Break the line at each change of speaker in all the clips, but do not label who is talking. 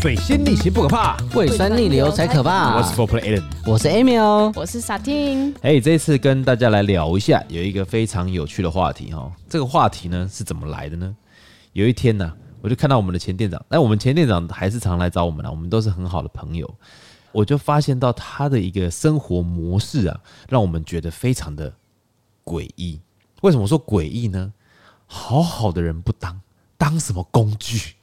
水星逆行不可怕。
胃酸逆流才可怕。
我是 For Play Allen。
我是 Amy 哦，
我是傻听，
哎、这次跟大家来聊一下，有一个非常有趣的话题哈、哦。这个话题呢是怎么来的呢？有一天呢、我就看到我们的前店长，哎但我们前店长还是常来找我们啦，啊我们都是很好的朋友。我就发现到他的一个生活模式啊，让我们觉得非常的诡异。为什么说诡异呢？好好的人不当，当什么工具？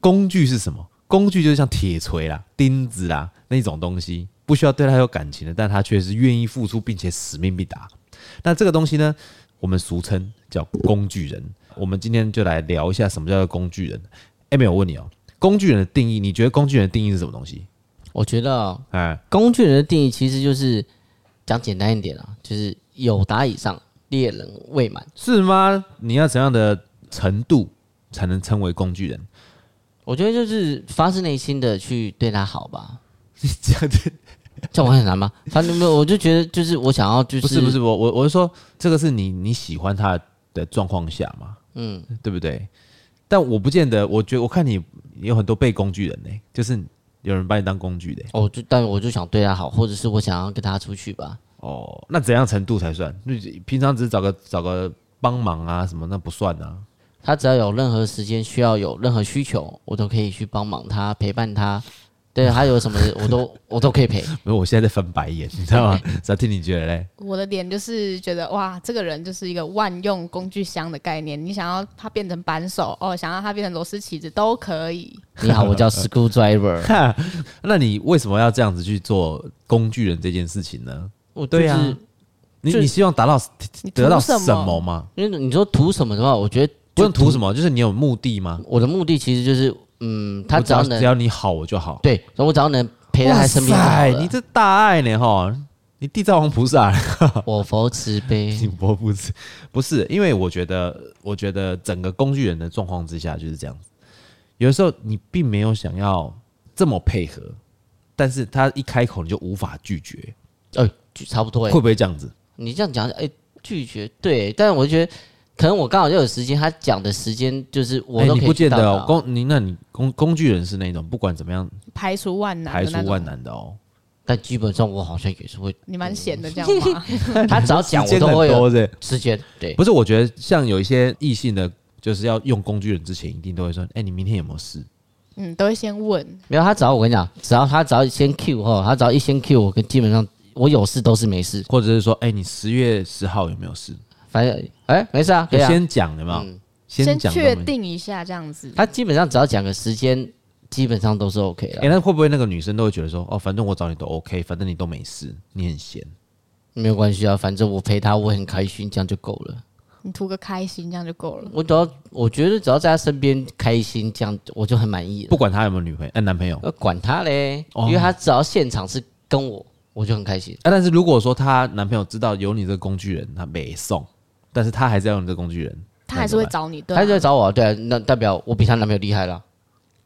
工具是什么？工具就是像铁锤啦、钉子啦那种东西，不需要对它有感情的，但他却是愿意付出，并且使命必达。那这个东西呢，我们俗称叫工具人。我们今天就来聊一下什么叫做工具人。哎，没有我问你哦，工具人的定义，你觉得工具人的定义是什么东西？
我觉得哦
哎，
工具人的定义其实就是讲简单一点啊，就是有达以上，猎人未满。
是吗？你要怎样的程度才能称为工具人？
我觉得就是发自内心的去对他好吧，
你这样子
这样我很难吗？反正没有，我就觉得就是我想要就是
不是不是我我我是说这个是你你喜欢他的状况下嘛，
嗯，
对不对？但我不见得，我觉得我看你有很多被工具人呢、就是有人把你当工具的欸、
哦，就但我就想对他好，或者是我想要跟他出去吧。
哦，那怎样程度才算？那平常只是找个找个帮忙啊什么，那不算啊。
他只要有任何时间需要有任何需求，我都可以去帮忙他，陪伴他。对他有什么我都我都可以陪。
没有，我现在在翻白眼，你知道吗？小听你觉得嘞？
我的点就是觉得哇，这个人就是一个万用工具箱的概念。你想要他变成扳手哦，想要他变成螺丝起子都可以。
你好，我叫 Screwdriver。
那你为什么要这样子去做工具人这件事情呢？
我就
对啊
是
你
就
你希望达到
你图
得到
什
什么
么
吗？
因为你说图什么的话，我觉得
不用图什么，就是你有目的吗？
我的目的其实就是，嗯，他
我
只
只
要
要
能
只要你好，我就好。
对，我只要能陪在他身边就好
哇塞
了
你这大爱呢哈！你地藏王菩 萨，
我佛慈悲
你，佛不是不是？因为我觉得，我觉得整个工具人的状况之下就是这样子。有的时候你并没有想要这么配合，但是他一开口你就无法拒绝，
呃，就差不多
会
哎。
不会这样子？
你这样讲，哎，拒绝对，但我觉得可能我刚好就有时间，他讲的时间就是我
哎
都
你
可以
不见
去
得
到
哦
达，
工你那你工工具人是那种不管怎么样
排除万难，
排除万。难的哦。
但基本上我好像也是 会，
你蛮闲的这样吗？
他只要讲我都会
时间很
有
多是不是
时间，对，
不是，我觉得像有一些异性的，就是要用工具人之前，一定都会说：“哎、你明天有没有事
嗯，都会先问。
没有他只要我跟你讲，只要他只要先 Q 后，他只要一先 Q 我，跟基本上我有事都是没事？”，
或者是说：“哎、你十月十号有没有事
反正哎没事啊，？”可
就
以啊。
先讲有没有？
嗯先
讲
确
都没
定一下这样子，
他基本上只要讲个时间，基本上都是 OK
哎、
的，
那会不会那个女生都会觉得说：“哦，反正我找你都 OK，反正你都没事，你很闲。
没有关系啊，反正我陪他，我很开心，这样就够了。
你图个开心，这样就够了。
我只要我觉得只要在他身边开心，这样我就很满意”
不
了。
管他有没有女朋友，哎、男朋友。哎、
要管他嘞，
哦
因为他只要现场是跟我，我就很开心。
啊但是如果说她男朋友知道有你这个工具人，他没送，但是他还是要用你这个工具人，
他还是会
那怎么
找你，对、
他就在找我、啊，对、啊，那代表我比他男朋友厉害啦，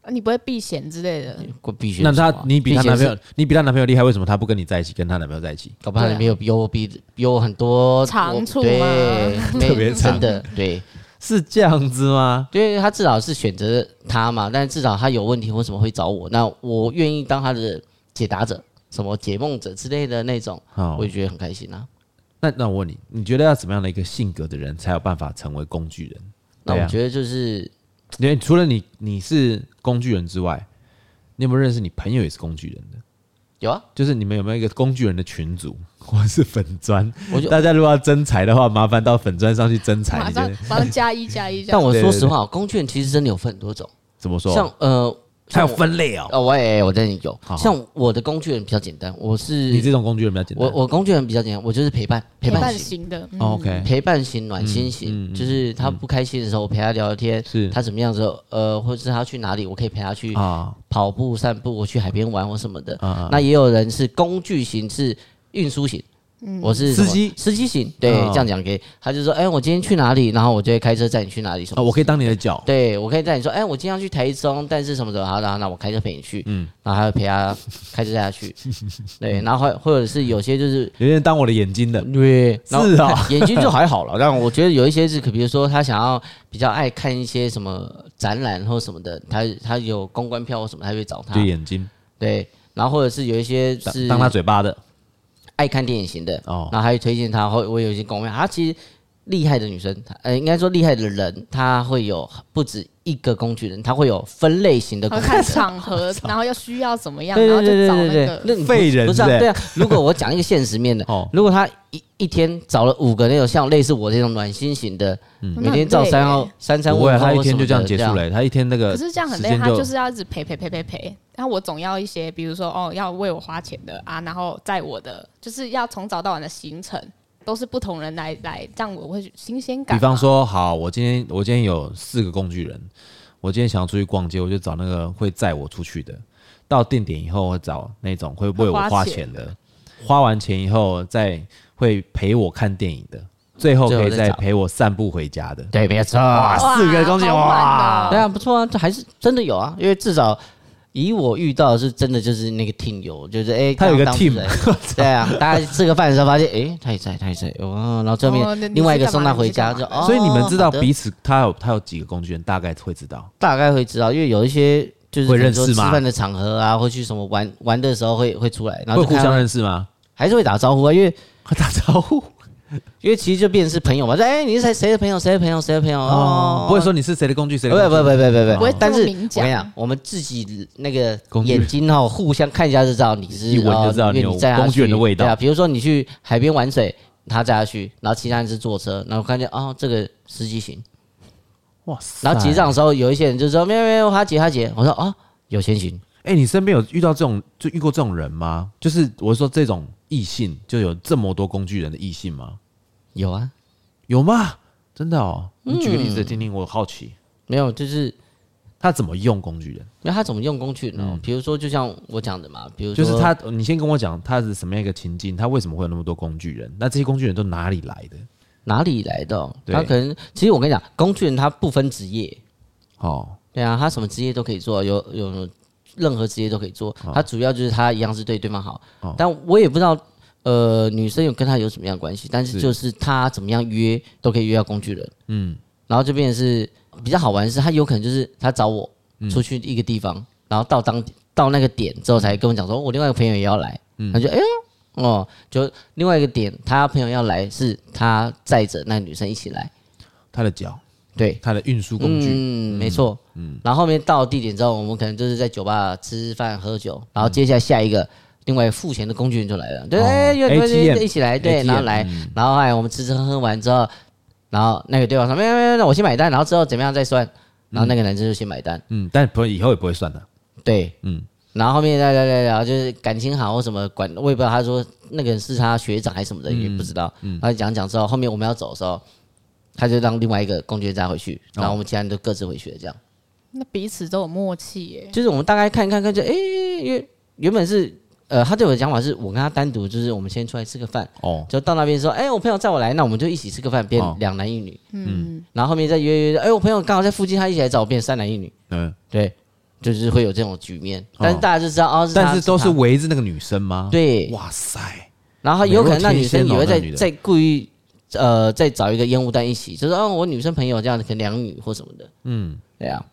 啊，你不会避嫌之类 的。
我必须。
啊
办。那他，你比她
毕竟
男
是
朋友，，你比她男朋友厉害，为什么她不跟你在一起，跟她男朋友在一起？
搞不好他男朋
啊
友比我比有很多
长
我
处
对
吗，
没
特别长
真的对。
是这样子吗？
因为他至少是选择他嘛，但至少他有问题为什么会找我？那我愿意当他的解答者，什么解梦者之类的那种，
哦
好
我也觉得很开心啊。
那那我问你，你觉得要怎么样的一个性格的人才有办法成为工具人？
那
对
我
啊
觉得就是
因为除了你你是工具人之外，你有没有认识你朋友也是工具人的？
有啊，
就是你们有没有一个工具人的群组或是粉砖？
我就
大家如果要征才的话，麻烦到粉砖上去征才。
马
你觉
上
得
马上加一加一加
但
一。
我
对
说
对
实话，工具人其实真的有分很多种，
怎么说？
像呃，
还有
像我
分类哦。
呃，我也我真的有
好，好
像我的工具人比较简单，我
你这
是
种工具人比较简单。
我我工具人比较简单，我就是陪伴陪伴型。
型的，嗯
哦 OK 嗯
陪伴型、暖心型，就是他不开心的时候，我陪他聊聊天；
是
他怎么样的时候，呃，或者是他去哪里，我可以陪他去
啊
跑步、散步，我去海边玩或什么的。那也有人是工具型，是运输型，我是
司
什么
机
司机型，对，
哦
这样讲给他就说，哎、我今天去哪里，然后我就会开车载你去哪里什
啊，
么。
我可以当你的脚，
对，我可以带你说，哎、我今天要去台中，但是什么什么，好，然后那我开车陪你去，嗯，然后还会陪他开车带 他去，对，然后或或者是有些就是，
有人当我的眼睛的，
对，然后
是啊
眼睛就还好了，但我觉得有一些是，可比如说他想要比较爱看一些什么展览或什么的，他他有公关票或什么，他就会找他
就，眼睛
对，然后或者是有一些
当
是
当他嘴巴的，
爱看电影型的，
哦
然后还推荐她，或我有一些公妹，她其实厉害的女生，她呃，应该说厉害的人，她会有不止一个工具人，她会有分类型的工
然
具
后看
人。
场合，然后要需要怎么样，
对
然后
对
就
对
找
对
那
对对
个。
那你不
废人
不是啊
是不是
对啊。如果我讲一个现实面的
哦，
如果她一一天找了五个那种像类似我这种暖心型的，每
那
天
很
照
累
三
耶
号三三
嗯不
五
会啊，
号
他一
或什
天
么
就这样
的
结束了、他一天那个
可是这样很
呃时
累，
间
他就是要一直陪陪陪陪陪。然后我总要一些，比如说哦，要为我花钱的啊，然后在我的就是要从早到晚的行程都是不同人来来，这样我会新鲜感
比
嘛。
方说，好，我今天我今天有四个工具人，我今天想要出去逛街，我就找那个会载我出去的。到定点以后，我找那种会为我花钱的，花完钱以后再会陪我看电影的，最后可以再陪我散步回家的。
对，没错。
哇，
四个东西
好晚
哇
哦
对啊，不错啊，这还是真的有啊，因为至少以我遇到的是真的就是那个 team 有，就是哎、
他有一个
刚刚当
team
事人对啊， 大家吃个饭的时候发现，哎、他也在，他也在，哦，然后这
哦那
边
你
另外一个
是干
送
嘛
他回家
你是
就，
干
哦，
所以你们知道
好的
彼此，他有他有几个工具人，大概会知道。
大概会知道，因为有一些就是
会
可能
认识
说吃
吗
饭的场合啊，或去什么玩玩的时候会会出来，然后
会
就
互
看到
相认识吗？
还是会打招呼啊，因为
会打招呼
因为其实就变成是朋友嘛，说哎、你是谁谁的朋友，谁的朋友，谁的朋友
哦
哦，，
不会说你是谁的工具，谁
不
的
不
工具
不不不
不会这么
但是我跟
明
你
讲
讲，我们自己那个
工具
眼睛哈，互相看一下就知道你是
一闻就知道
哦因为
你有
你载他
工具人的
去
味道
对啊，比如说你去海边玩水，他载他去，然后其他人是坐车，然后看见哦，这个司机行，
哇塞！
然后结账的时候，有一些人就说没有没有，他结他结，我说啊，有钱行，
哎、你身边有遇到这种就遇过这种人吗？就是我说这种异性，就有这么多工具人的异性吗？
有啊，
有吗？真的哦，你举个例子
嗯
来听听，我好奇
没有就是。
他怎么用工具人，
那他怎么用工具呢？比如说，就像我讲的嘛，比
嗯
如
就
说
是他，你先跟我讲他是什么样一个情境，他为什么会有那么多工具人？那这些工具人都哪里来的？
哪里来的哦、
对
他可能其实我跟你讲，工具人他不分职业，
哦，
对啊，他什么职业都可以做，有有任何职业都可以做。他主要就是他一样是对对方好，但我也不知道呃女生有跟他有什么样的关系，但是
是
就是他怎么样约都可以约到工具人，嗯，然后就变成是比较好玩的是，他有可能就是他找我出去一个地方，然后到当到那个点之后才跟我讲说，哦我另外一个朋友也要来，他就哎呦。哦，就另外一个点，他朋友要来，是他载着那个女生一起来，
他的脚，
对，
他的运输工具，
嗯，没错。嗯，然后后面到地点之后，我们可能就是在酒吧吃饭喝酒，然后接下来下一个。另外付钱的工具人就来了，对，
哦
哎、对对对
ATM
一起来，对，
ATM
然后来，然后后来我们吃吃喝喝完之后，然后那个对方哎说，没有没有，没有我先买单，然后之后怎么样再算，然后那个男生就先买单，
嗯，但不会以后也不会算的。
对，
嗯
嗯，然后后面聊聊聊聊，就是感情好或什么管，我也不知道他说那个人是他学长还是什么的，也不知道。然后讲讲之后，后面我们要走的时候，他就让另外一个工具人载回去，然后我们其他人就各自回去了，这样。
那彼此都有默契耶。
就是我们大概看一看看就，诶，因为原本是呃，他对我的讲法是我跟他单独，就是我们先出来吃个饭，
哦，
就到那边说，诶，我朋友载我来，那我们就一起吃个饭，变
哦
两男一女。
嗯，
然后后面再约约，诶，我朋友刚好在附近，他一起来找我，变三男一女。
嗯，
对，就是会有这种局面，但是大家就知道哦，他
但是都是
他
围着那个女生吗？，
对，
哇塞，
然后有可能那女生也会
美若天仙哦那
再
女的
再故意呃再找一个烟雾弹一起，就是哦我女生朋友这样可能两女或什么的，嗯，对啊，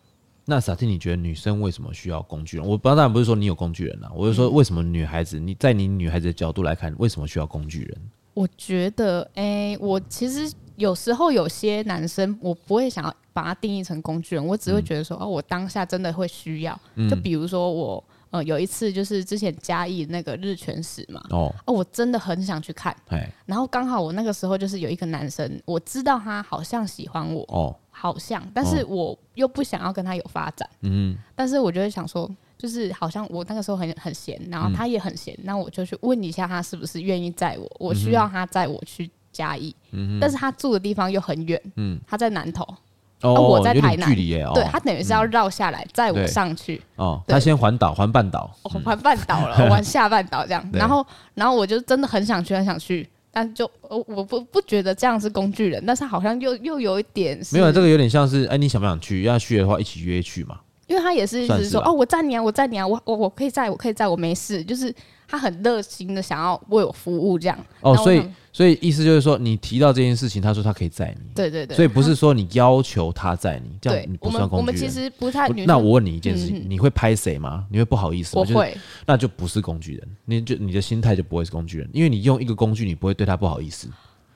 那傻听，你觉得女生为什么需要工具人？我不当然不是说你有工具人啦，我是
嗯
说为什么女孩子，你在你女孩子的角度来看，为什么需要工具人？
我觉得，哎、我其实有时候有些男生，我不会想要把他定义成工具人，我
嗯
只会觉得说，哦，我当下真的会需要。就比如说我，呃，有一次就是之前嘉义那个日全食嘛，
哦，
哦，我真的很想去看，
哎，
然后刚好我那个时候就是有一个男生，我知道他好像喜欢我，
哦，
好像，但是我又不想要跟他有发展，
嗯，
但是我就会想说，就是好像我那个时候很很闲，然
嗯
后他也很闲，那我就去问一下他是不是愿意载我，
嗯
我需要他载我去嘉义，但是他住的地方又很远，
嗯
他在南投，
哦，
啊我在
有
台
点
南
距离耶，哦，
对他等于是要绕下来载我
对
上去，
哦，
对
他先环岛，环半岛，
哦 我玩半岛了，我玩下半岛这样。
嗯对
然后，然后我就真的很想去，很想去。但就我我不不觉得这样是工具人，但是好像又又有一点是
没有这个有点像是，哎，你想不想去？要去的话，一起约去嘛。
因为他也是一
算
直
是
说
吧
哦，我载你啊，我载你啊，我我我可以载，我可以载，我没事，就是他很热心的想要为我服务这样。
哦，
那我
所以
想
所以意思就是说，你提到这件事情，他说他可以载你，
对对对，啊
所以不是说你要求他载你，这样
对
你不
我
算
们我
工
们
具
其
人。
实不太
不
女
那
生
我问你一件事
嗯
情，你会拍谁吗？你会不好意思吗？
我
就是
会
那就不是工具人，你就你的心态就不会是工具人，因为你用一个工具，你不会对他不好意思。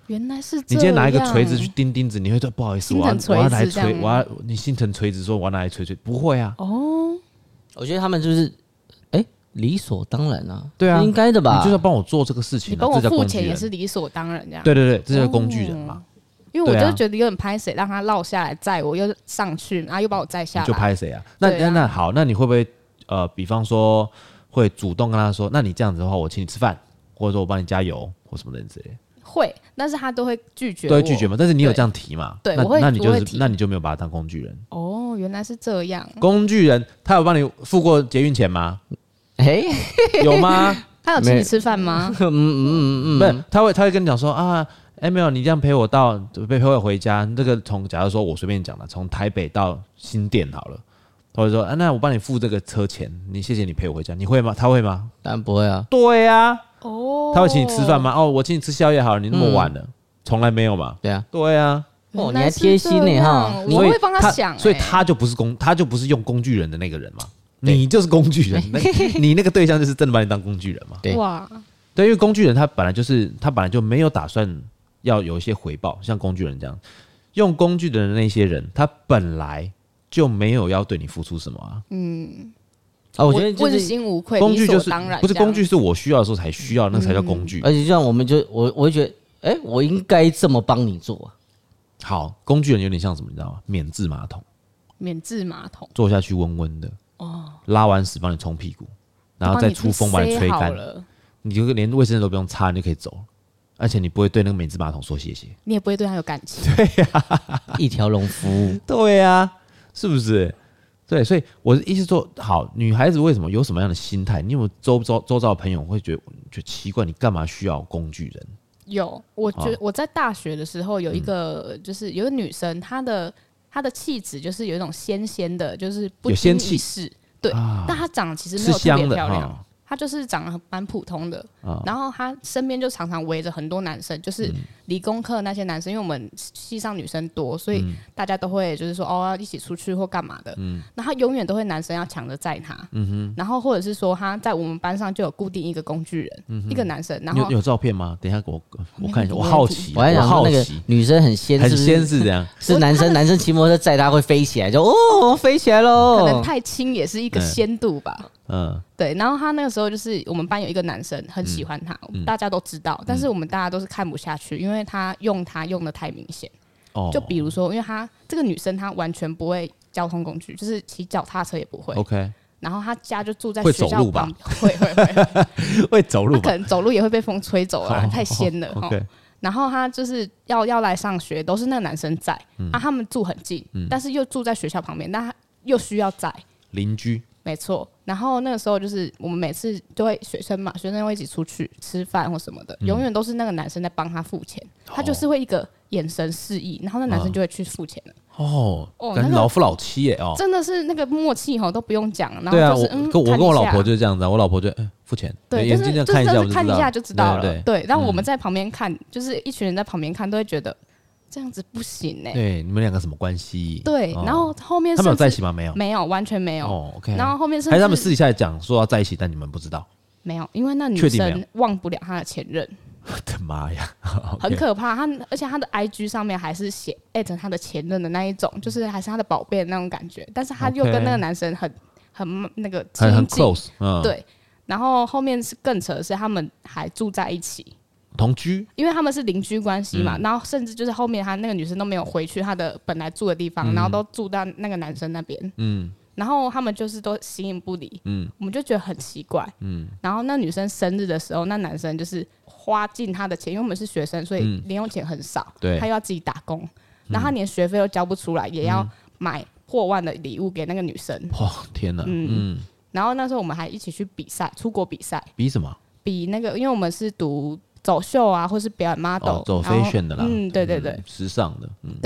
原来是
你
这
今天拿一个锤子
样
去钉钉子，你会说不好意思，
心
我
疼
要我要拿来
锤子这
锤，
样
我要你心疼锤子说我要拿来锤锤，不会啊，
哦，
我觉得他们就是，哎、理所当然啊，
对啊
应该的吧？
你就是要帮我做这个事情
你
啊，
帮我
这叫
付
工具
钱也
人。
是理所当然这样。哦
对对对，这叫工具人嘛，
因为我
对啊
就觉得有点拍谁，让他落下来载我，又上去，然后又把我载下
你
来，
就拍谁啊？那
对
那
啊
那好，那你会不会呃，比方说会主动跟他说，那你这样子的话，我请你吃饭，或者说我帮你加油或什么的之类的，
会，但是他都会拒绝，
都会拒绝。嘛？但是你有
对
这样提嘛？
对
那
我会
那你就
我会
是
提
那你就没有把他当工具人。
哦，原来是这样。
工具人，他有帮你付过捷运钱 吗？
哎、
有吗？
他有请
没
你吃饭吗？
嗯嗯嗯
不
嗯，
是，他会他会跟你讲说啊，哎、没有，你这样陪我到陪陪我回家，这个从假如说我随便讲了，从台北到新店好了，或者说啊，那我帮你付这个车钱，你谢谢你陪我回家，你会吗？他会吗？
当然不会啊，
对呀、
哦，
他会请你吃饭？吗？哦，我请你吃宵夜好了，你那么晚
嗯
了，从、来没有嘛？
对啊，
对啊，
哦
原来
你还
是
贴心
这
呢哈
样
所
我
以
会帮他想欸，
所以他就不是工，他就不是用工具人的那个人嘛。你就是工具人，那 你那个对象就是真的把你当工具人嘛？
对
哇，
对，因为工具人他本来就是他本来就没有打算要有一些回报，像工具人这样，用工具的人那些人，他本来就没有要对你付出什么啊。
啊，我觉得就
问
是，
心无愧，
工具就
理
是
所当然
不是
这样嗯
工具，是我需要的时候才需要，那才叫工具。哎
而且就像我们就我我会觉得，哎、我应该这么帮你做、啊，
好，工具人有点像什么，你知道吗？免治马桶，
免治马桶，
坐下去温温的，哦，拉完屎帮你冲屁股，然后再出风把
帮
你
你
吹
吹好
干，
了，
你就连卫生纸都不用擦，你就可以走了，而且你不会对那个免治马桶说谢谢。
你也不会对他有感 情。
啊一条龙服务，
对呀、是不是？对，所以我的意思说，好，女孩子为什么有什么样的心态？你有没有周周周遭的朋友会觉得觉得奇怪，你干嘛需要工具人？
有，我觉
哦嗯
我在大学的时候有一个，就是有个女生，她的她的气质就是有一种仙仙的，就是不
有仙
经
气
一
啊
世，对。但她长得其实没
是
有特别
香的
漂亮，
哈、
她就是长得蛮普通的。
啊
然后她身边就常常围着很多男生，
嗯
就是理工科那些男生，因为我们系上女生多，所
嗯
以大家都会就是说哦要一起出去或干嘛的。然后她永远都会男生要抢着载她。
嗯
然后或者是说她在我们班上就有固定一个工具人，一个男生，然
你
后
嗯有有照片吗？等一下给我我看一 下，
没问题
我好奇，
我还想说
好
那个
奇，
女生很仙，
很
是不
先
是？
是这样，
是男生，男生骑摩托车载她会飞起来，就哦飞起来
可能
喽。
太轻也是一个
嗯
仙度吧。
嗯，
对，然后他那个时候就是我们班有一个男生很喜欢他，
嗯
大家都知道，但是我们大家都是看不下去，因为他用他用的太明显。
哦，
就比如说，因为他这个女生她完全不会交通工具，就是骑脚踏车也不会，
OK，
然后她家就住在
哦会
学
走
校
路吧
旁， 会会会，
会走
她
路
可
吧？
能走路也会被风吹走啊，太仙了。哦
OK，
然后他就是要要来上学，都是那个男生在，
嗯
啊，他们住很近，但是又住在学校旁边，但他又需要在，
邻居
没错。然后那个时候就是我们每次就会学生嘛，学生会一起出去吃饭或什么
嗯
的，永远都是那个男生在帮他付钱，
哦
他就是会一个眼神示意，然后那男
嗯
生就会去付钱了。
哦
哦，
感觉
那个
老夫老妻耶哦。
真的是那个默契哈都不用讲，然后
对啊，
就
我
是、嗯，
跟我
看
跟
一
我老
下
婆就是这样子啊，我老婆就哎付钱，
对，
眼
就
睛
是
这
就
样看一下
是真
我
的是看一下就知道了。
对嗯
对，然后我们在旁边看，就是一群人在旁边看，都会觉得这样子不行
对
哎、
对，你们两个什么关系？
对，
哦
然后后面
他们有
甚
在一
至
起吗？没有。
没有，完全没有。
哦，OK。
然后后面甚
还
至
是他们私底下讲说要在一起，但你们不知 道。
没有，因为那女
确定没有
生忘不了她的前任，
我的妈呀，
很可怕。她而且她的 IG 上面还是写艾特她的前任的那一种，就是还是她的宝贝的那种感觉。但是她又
OK
跟那个男生很很那个
很很
亲近
close，嗯，，
对。然后后面是更扯的是，他们还住在一起，
同居，
因为他们是邻居关系
嗯
嘛。然后甚至就是后面她那个女生都没有回去她的本来住的地方，然后都住到那个男生那边。
嗯，
然后他们就是都形影不离，
嗯
我们就觉得很奇怪，然后那女生生日的时候，那男生就是花尽他的钱，因为我们是学生，所以零用钱很少，
嗯对嗯
他又要自己打工，然后他连学费都交不出来，也要买破万的礼物给那个女生。
哇，天哪，嗯，
然后那时候我们还一起去比赛，出国比赛，
比什么？
比那个，因为我们是读走秀啊，或是表演 model，、
哦，走
然后
fashion 的啦，
嗯，对对对。
时尚的，嗯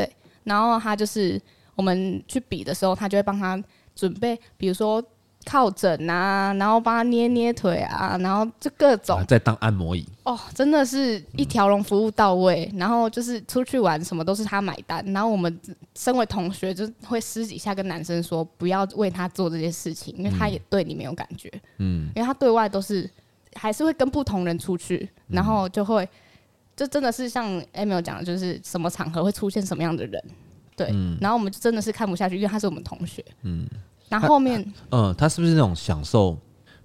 然后他就是我们去比的时候，他就会帮他准备，比如说靠枕啊，然后帮他捏捏腿啊，然后就各种
啊，在当按摩椅，
哦，真的是一条龙服务到位。然后就是出去玩什么都是他买单，然后我们身为同学就会私底下跟男生说，不要为他做这些事情，因为他也对你没有感觉，
嗯，
因为他对外都是还是会跟不同人出去，
嗯
然后就会。就真的是像 Emil 讲的，就是什么场合会出现什么样的人，对。
嗯
然后我们就真的是看不下去，因为他是我们同学，嗯。然后后面
嗯，他是不是那种享受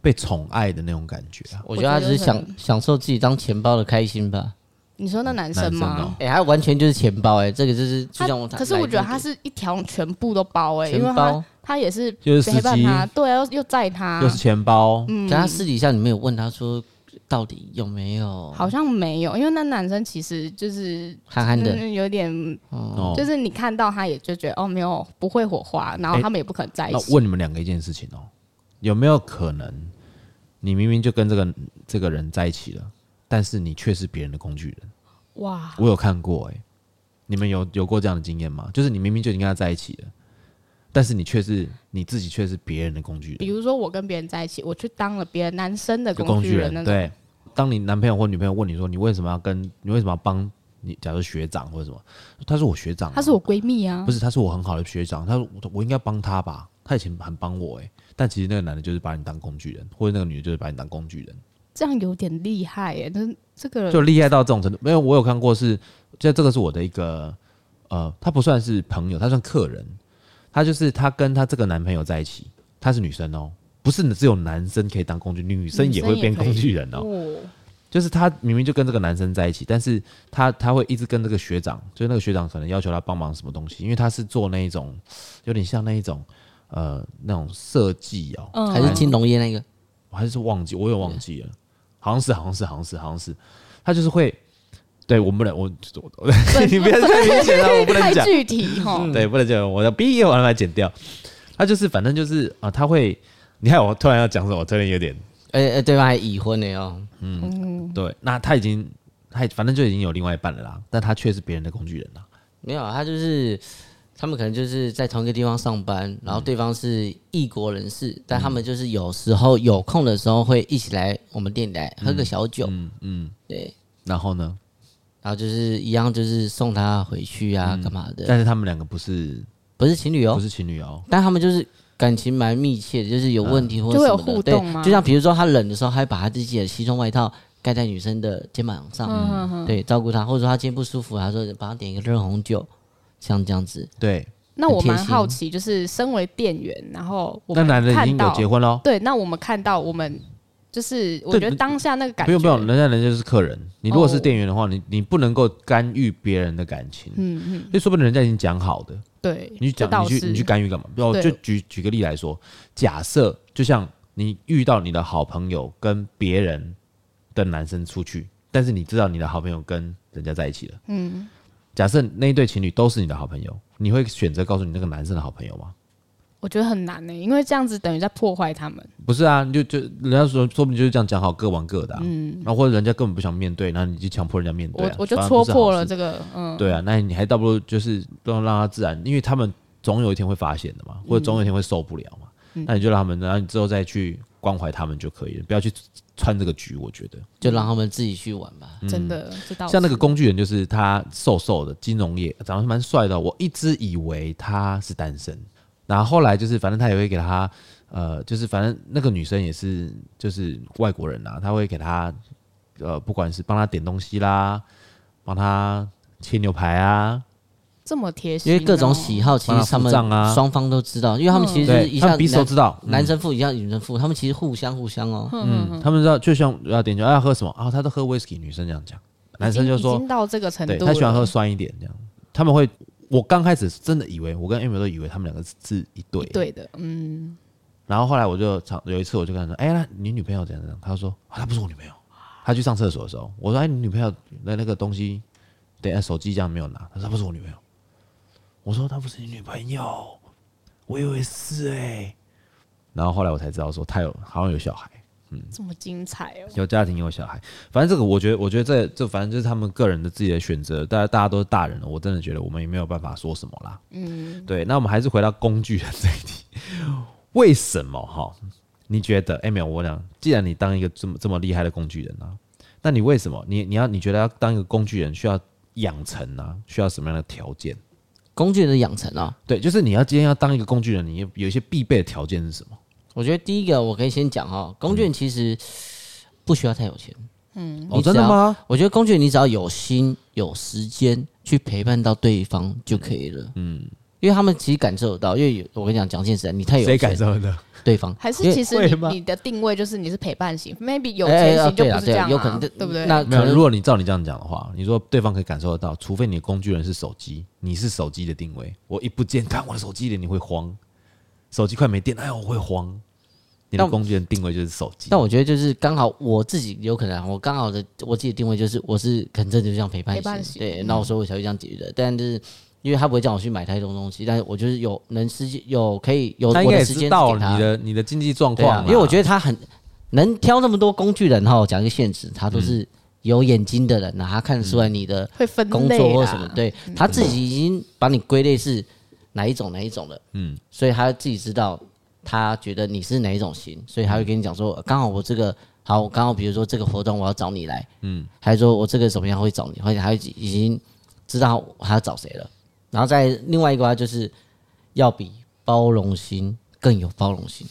被宠爱的那种感觉啊？
我觉得他只是
我觉
享
得
享受自己当钱包的开心吧。
你说那男生
男
吗？
生哦
哎、他完全就是钱包哎、这个就是就
他
像我
可是我觉得他是一条龙全部都包哎、
钱
因为
包
他他也是
就是司
陪伴
机
他，对啊，又嗯又载他
又，是钱包，
可是他私底下你没有问他说到底有没有
好像没有，因为那男生其实就是
憨憨的，
嗯有点，
哦
就是你看到他也就觉得哦没有不会火花，然后他们也不可能在一
哎那
起。
问你们两个一件事情哦，有没有可能你明明就跟这个这个人在一起了，但是你却是别人的工具人？
哇，
我有看过哎、你们有有过这样的经验吗？就是你明明就已经跟他在一起了，但是你却是你自己却是别人的工具
比
人，
如说我跟别人在一起，我去当了别人男生的
就
工
具
人那种，
对，当你男朋友或女朋友问你说你为什么要跟你为什么要帮你，假如学长或者什么，他是我学长啊、
她是我闺蜜啊
不，是他是我很好的学长，他说我我应该帮他吧，他以前很帮我哎、但其实那个男的就是把你当工具人，或者那个女的就是把你当工具人。
这样有点厉害耶、那这个人
就厉害到这种程度。没有，我有看过是，这这个是我的一个呃，他不算是朋友，他算客人。他就是他跟他这个男朋友在一起，她是女生哦，不是只有男生可以当工具，女生也会变工具人哦。
哦，
就是她明明就跟这个男生在一起，但是她她会一直跟这个学长，就是那个学长可能要求她帮忙什么东西，因为她是做那一种有点像那一种呃那种设计哦，
嗯
还是金融业那个？
我还是忘记，我也忘记了，好像是，好像是，好像是，好像是，他就是会，对我不能，我我我 你不要太明显了，啊我不能
太
讲，嗯
具体哈，
对，不能讲，我要毕业完来剪掉。他就是，反正就是啊、他会，你看我突然要讲什么，我突然有点
哎、哎、对方还已婚呢哦，
对，那他已经，他反正就已经有另外一半了啦，但他却是别人的工具人啦，
没有啊，他就是他们可能就是在同一个地方上班，然后
嗯
对方是异国人士，但他们就是有时候有空的时候会一起来我们店里来喝个小酒，
嗯嗯，
对，
然后呢，
然后就是一样就是送他回去啊，干嘛的？
嗯但是他们两个不是
不是情侣哦
不，是情侣哦，
但他们就是感情蛮密切的，就是
嗯
有问题或
就会有
什么的
互
对
动吗
就像比如说他冷的时候，他会把他自己的西装外套盖在女生的肩膀上，
嗯
对，照顾她，或者说她今天不舒服，他说帮她点一个热红酒，像这样子。
对，
那
很
我
贴
蛮
心
好奇，就是身为店员，然后我
那
们
男的已
看
经
到
有结婚哦喽，
对，那我们看到我们就是，我
对
觉得当下那个感
不
觉，
用不用，人家人家就是客人。你如果是
哦
店员的话，你你不能够干预别人的感情。
嗯嗯，
所以说不定人家已经讲好的，
对，
你去
这
讲
倒
你去
是
你去干预干嘛？然后
对
就举举个例来说，假设就像你遇到你的好朋友跟别人的男生出去，但是你知道你的好朋友跟人家在一起了，嗯，假设那一对情侣都是你的好朋友，你会选择告诉你那个男生的好朋友吗？
我觉得很难欸呢、因为这样子等于在破坏他们。
不是啊，你就就人家说说不定就是这样讲好，各玩各的、啊，嗯，然后或者人家根本不想面对，然后你就强迫人家面对、
我
啊，
我就
反而
戳
不是好
破
事
了这个，嗯，
对啊，那你还倒不如就是让让他自然，因为他们总有一天会发现的嘛，或者总有一天会受不了嘛。那你就让他们，然后你之后再去关怀他们就可以了，不要去穿这个局。我觉得
就让他们自己去玩吧。
真的知道。
嗯像那个工具人，就是他瘦瘦的，金融业长得蛮帅的哦，我一直以为他是单身，然后后来就是反正他也会给他，呃，就是反正那个女生也是就是外国人啊，他会给他，呃，不管是帮他点东西啦，帮他切牛排啊，
这么贴心
因
哦、嗯
为各种喜好，其
帮
实
他
他
付
们
账啊
双方都知道，因为他们其实就是
对，
一
他
下
们彼此都知道，嗯
男男生付一下女生付，他们其实互相互相哦。
嗯，他们知道，就像要点酒，啊要喝什么啊？他都喝 whisky，女生这样讲，男生就
已
说
经，到这个程
对
度，
他喜欢喝。酸一点这样。他们会，我刚开始真的以为，我跟 Amy 都以为他们两个是一对，
对的，嗯，
然后后来我就常有一次我就跟他说，哎、那你女朋友怎样怎样？他说啊，她不是我女朋友。他去上厕所的时候，我说，哎、你女朋友的那个东西，等下手机这样没有拿。他说她不是我女朋友。我说她不是你女朋友，我以为是哎、然后后来我才知道说他有好像有小孩，
这么精彩哦。
有家庭有小孩，反正这个我觉得，我觉得这这反正就是他们个人的自己的选择，大家大家都是大人了，我真的觉得我们也没有办法说什么啦。嗯，对，那我们还是回到工具人 这一题，为什么哈？你觉得 Amy，我讲，既然你当一个这么这么厉害的工具人啊，那你为什么你你要你觉得要当一个工具人需要养成啊，需要什么样的条件？
工具人的养成啊，
对，就是你要今天要当一个工具人，你有有一些必备的条件是什么？
我觉得第一个我可以先讲哈，工具人其实不需要太有钱。
哦，
你只
真的
要
吗？
我觉得工具人你只要有心有时间去陪伴到对方就可以了。嗯，因为他们其实感受得到，因为有我跟你讲，讲现实啊，你太有
谁
钱，
感受的？
对方
还是
因为
其实
会吗
你你的定位就是你是陪伴型，maybe 有
哎
钱
哎
型就
对
不
啦
是这
对啦
样啊，
有可能
对不对？
那
没
呃可
有，
能
如果你照你这样讲的话，你说对方可以感受得到，除非你的工具人是手机，你是手机的定位。我一不见，看我的手机了，你会慌，手机快没电，哎呦，我会慌。你的
但
工具人定位就是手机
但，我觉得就是刚好我自己有可能啊，我刚好的我自己的定位就是我是很正就这样陪伴
陪伴
型，
型嗯
对，那我所以我才会这样解决的。但就是因为他不会叫我去买太多东西，但是我就是有能时间有可以有我
他应该也
的时
知
间
道
给他
你，的你的经济状
对
况
啊
啦，，
因为我觉得他很能挑那么多工具人哈，讲一个现实，他都
嗯
是有眼睛的人呐、啊他看得出来你的
会分
工
类啊
作或
啦嗯
什么，对他自己已经把你归类是哪一种哪一种了，嗯， 所以他自己知道，他觉得你是哪一种型，所以他会跟你讲
嗯
说，呃刚好我这个好，刚好比如说这个活动我要找你来，嗯，还是说我这个怎么样会找你，而且他已经知道他要找谁了，然后再另外一个话就是要比包容心更有包容心，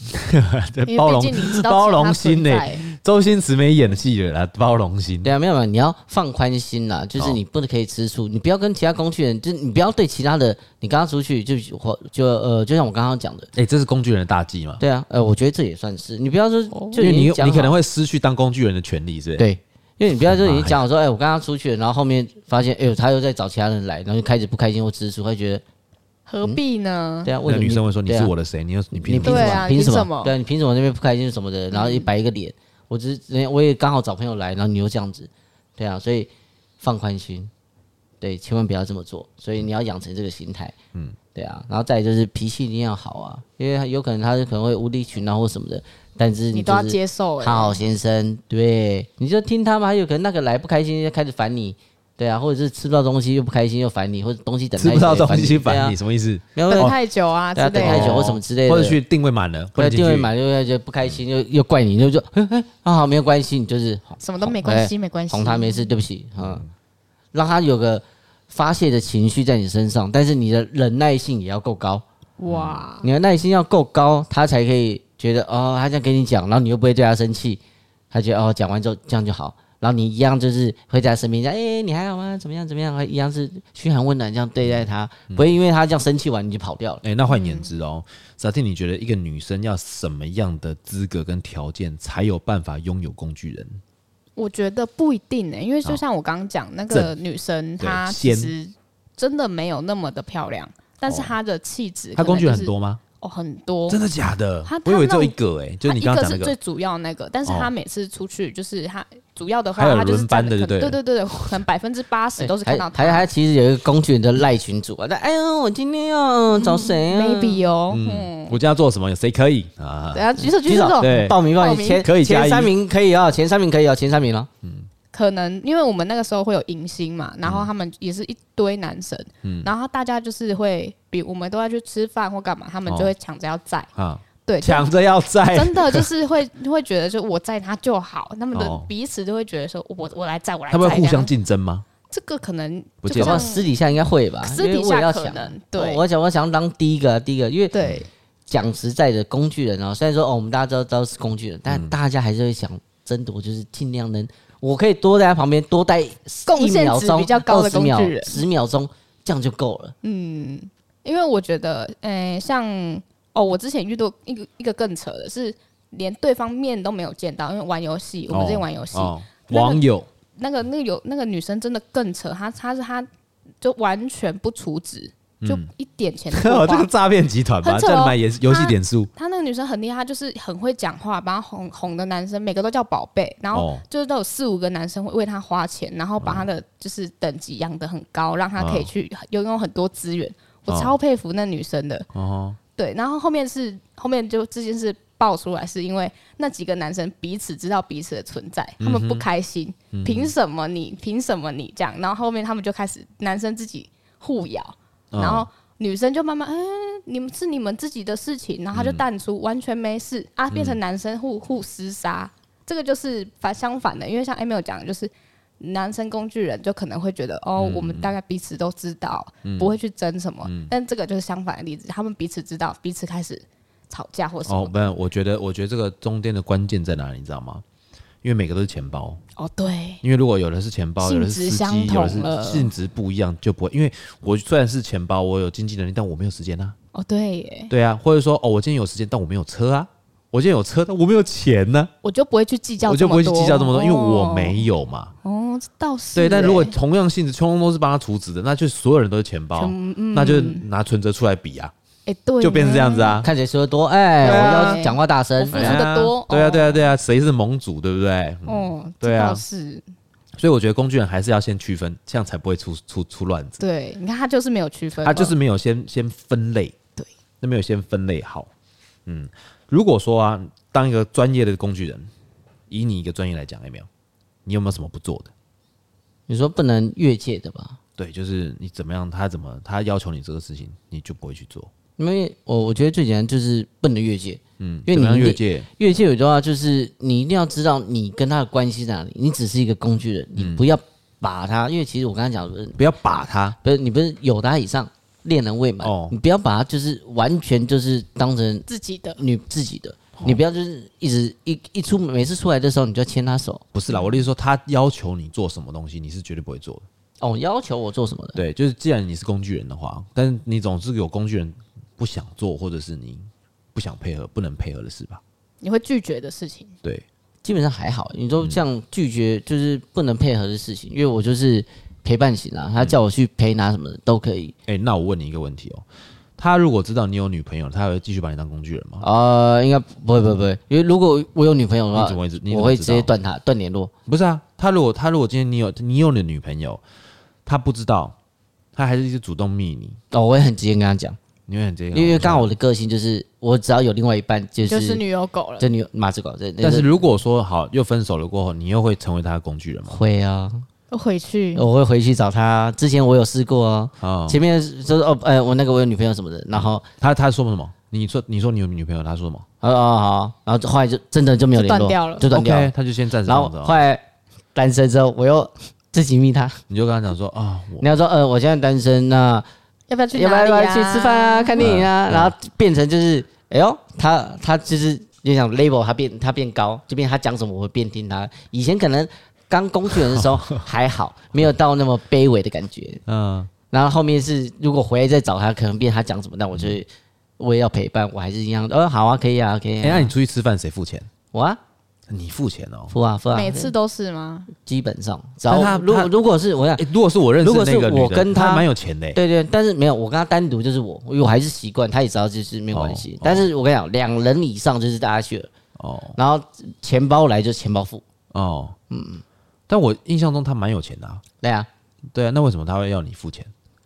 得
因
包
为毕
容
竟你知 道
包
只有
容
他
心欸
存
呢、
在
周星驰没演戏了啦，包容心。
对啊，没有没有，你要放宽心
哦
啦，就是你不能可以吃醋，你不要跟其他工具人，就是你不要对其他的，你刚刚出去就或就呃，就像我刚刚讲的，
哎、这是工具人的大忌嘛？
对啊，呃，我觉得这也算是，你不要说就
哦因为
已
你
经讲
你可能
好
会失去当工具人的权利，是不是？
对，因为你不要就已经讲好说，哎，我刚刚出去了，然后后面发现，哎呦，他又在找其他人来，然后就开始不开心或吃醋，会觉得，
何必呢？
对啊，为
那
什么
女生会说你
对啊
是我的谁？你又你凭
你
什么
凭
嗯对
什么？凭什么
啊凭什么？嗯
对啊，你凭什么那边不开心什么的？然后一摆一个脸，我只是人家我也刚好找朋友来，然后你又这样子，对啊，所以放宽心，对，千万不要这么做。所以你要养成这个心态，嗯，对啊。然后再来就是脾气一定要好啊，因为他有可能他是可能会无理取闹或什么的，但是
你
就
都要
是
接受哎、
啊
好好先生，对，你就听他们，还有可能那个来不开心就开始烦你。对啊，或者是吃不到东西又不开心又烦你，或者东西等
吃不到东西
烦
烦
对
你
啊
什么意思？
没有没有
等太久啊之
对啊，等
类
太
的。
久或什么之类的，
哦或者去定位满了，不
对，
能进
定
去
位买又又就不开心，又又怪你，就就哎哎啊好没有关系，你就是
什么都没关系，
哎
没关系。
哄他没事，对不起啊、嗯让他有个发泄的情绪在你身上，但是你的忍耐性也要够高，
嗯
哇，
你的耐心要够高，他才可以觉得哦，他这样跟你讲，然后你又不会对他生气，他觉得哦讲完之后这样就好，然后你一样就是会在他身边讲，哎、你还好吗？怎么样怎么样？还一样是嘘寒问啊暖这样对待他，不会因为他这样生气完你就跑掉了。
哎、那换言之哦，萨蒂，你觉得一个女生要什么样的资格跟条件才有办法拥有工具人？
我觉得不一定呢、欸因为就像我刚刚讲，那个女生
啊对
她其
仙
实真的没有那么的漂亮，但是她的气质，
哦她工具人很，多吗？
哦，很多，
真的假的
她？她
我以为只有
那
一
种
个哎、就是
他
你
一
刚刚
个
讲那
是
个
最主要那个，但是
哦
他每次出去就是他主要的
还
话，
有
他就是
轮班
占
的
可能
就对哎
对
了
对对对， 可能百分之八十都是看到
还还
他
还哎其实有一个工具人的赖群主啊，但哎呦，我今天要找谁啊？
，maybe 哦，嗯，
我今天要做什么？谁可以啊
等？下举手举
举手
手，
对
报名报
报
名
名
前
可以加一
前三名可以啊，前三名可以啊，前三名了。
可能因为我们那个时候会有迎新嘛，然后他们也是一堆男生，
嗯
然后大家就是会比我们都要去吃饭或干嘛，他们就会抢着要在，
啊，
对，
哦抢着要在
真的就是会 会觉得就我在他就好，他们的
哦
彼此都会觉得说我我来在我来
他
在，
们会互
这
相
样
竞争吗？
这个可能
不
就
见得哦
搞不好
像
私底下应该会吧，
私底下
因为我也要抢
可能对
我我想我想当第一个啊，第一个，因为
对。
讲实在的，工具人哦，虽然说哦，我们大家都都是工具人，
嗯
但大家还是会想争夺，就是尽量能我可以多在他旁边多待
贡
一
献
秒
值
钟，
比较高的工具人
十秒钟这样就够了。
因为我觉得，诶、像哦，我之前遇到一个一个更扯的是，连对方面都没有见到，因为玩游戏，我们之前玩游戏、
哦
那个
网友
那个那个有那个女生真的更扯，她她是她就完全不储值，就一点钱都
哦
不
这个
花。
诈骗集团吧，
很扯
叫你
哦
买游游戏
他
点数
她那个女生很厉害，她就是很会讲话，把她哄哄的男生每个都叫宝贝，然后
哦
就是都有四五个男生会为她花钱，然后把她的就是等级养得很高，让她可以
嗯
去拥有很多资源。我
嗯
超佩服那女生的，
哦，
对，然后后面是后面就这件事爆出来，是因为那几个男生彼此知道彼此的存在，他们
嗯
不开心，凭、什么你，凭什么你这样？然后后面他们就开始男生自己互咬，
嗯
然后女生就慢慢，嗯、你们是你们自己的事情，然后他
嗯
就淡出，完全没事啊，变成男生互互厮杀，这个就是反相反的，因为像 Emil 讲的，就是男生工具人就可能会觉得哦，
嗯
我们大概彼此都知道，不会去争什么，但这个就是相反的例子，他们彼此知道，彼此开始吵架或什么
哦，，不然我觉得，我觉得这个中间的关键在哪里，你知道吗？因为每个都是钱包，
哦对，
因为如果有的是钱包，有的
性
是
质
司
相
机，有的
同了
是性质不一样，就不会。因为我虽然是钱包，我有经济能力，但我没有时间啊。
哦对耶，
对啊，或者说哦，我今天有时间，但我没有车啊。我今天有车，但我没有钱呢、
我就不会去计较，
我就不会去计较这么多，因为我没有嘛。
哦，这倒是
对，但
耶
如果同样性质，通通都是帮他储值的，那就所有人都是钱包，那就拿存折出来比啊，
哎嗯对，
就变成这样子
啊，
啊。
看谁说的多，哎，
对啊
我要讲话大声
我。付出的多，
对啊，对
啊，
啊，对啊，谁是盟主，对不对？
哦，
对啊
这倒是
所以我觉得工具人还是要先区分，这样才不会出出出乱子。
对，你看他就是没有区分
他
嘛，
就是没有先先分类，
对，
那没有先分类好。嗯，如果说啊，当一个专业的工具人，以你一个专业来讲，有没有？你有没有什么不做的？
你说不能越界的吧？
对，就是你怎么样，他怎么他要求你这个事情，你就不会去做。
因为我我觉得最简单就是不能越界，
嗯，
因为
怎么样
你
越
得
界，
越界有句话就是你一定要知道你跟他的关系在哪里，你只是一个工具人，
嗯
你不要把他，因为其实我刚才讲的不是
不要把他。
不是你不是有他以上恋人未满，
哦
你不要把他就是完全就是当成
自己的
你自己的，
哦
你不要就是一直一一出门每次出来的时候你就牵他手，
不是啦，我的意思说，他要求你做什么东西，你是绝对不会做的。
哦要求我做什么的，
对，就是既然你是工具人的话，但是你总是有工具人不想做，或者是你不想配合、不能配合的事吧？
你会拒绝的事情，
对，
基本上还好。你说像拒绝就是不能配合的事情，因为我就是陪伴型啊，他叫我去陪拿什么的都可以。
哎、那我问你一个问题哦，他如果知道你有女朋友，他还会继续把你当工具人吗？
呃，应该不会不会不会，因为如果我有女朋友的
你
话
怎，么会知？你怎
我
么
会
知
直
道
接断他断联络。
不是啊，他如果他如果今天你有你有你的女朋友，他不知道，他还是一直主动密你，
哦，我也很直接跟他讲，
你会很这个，
因为刚好我的个性就是，我只要有另外一半就是
就是女友狗了，
这女马子狗，这
但是如果说好又分手了过后，你又会成为他的工具人吗？
会啊，
我回去
我会回去找他。之前我有试过啊，
啊、
前面就是哦，呃，我那个我有女朋友什么的，然后
他他说什么？你说你说你有女朋友，他说什么
哦哦好，然后后来就真的就没有联
就断
络，
掉了
就断掉了
OK，他就先暂时
然后
放着
后
哦，
来单身之后，我又自己密他，
你就跟他讲说啊，我
你要说呃，我现在单身，那
要不要去
要不要
哪
要不
里
要
啊？
去吃饭啊、看电影啊，然后变成就是，哎呦，他他就是就想 label 他变他变高，就变他讲什么我会变听他。以前可能刚工具人的时候还好，没有到那么卑微的感觉。
嗯，
然后后面是如果回来再找他，可能变他讲什么，但我就
嗯
会我也要陪伴，我还是一样，呃，好啊，可以啊，可以
哎、那
啊
你，出去吃饭谁付钱？
我啊，
你付钱哦。
付啊付啊，
每次都是吗？
基本上，只
但他
要如
他
如果是我想
哎、。如果是我认识
如果是
那个女的，
我跟
她
她
蛮有钱的、欸
对对，但是没有，我跟他单独就是我，因为我还是习惯，他也知道就是没有关系。
哦哦
但是我跟你讲，两人以上就是大家去了，
哦
然后钱包来就钱包付，
哦，嗯，但我印象中她蛮有钱的、啊，
对啊，
对啊，那为什么她会要你付钱？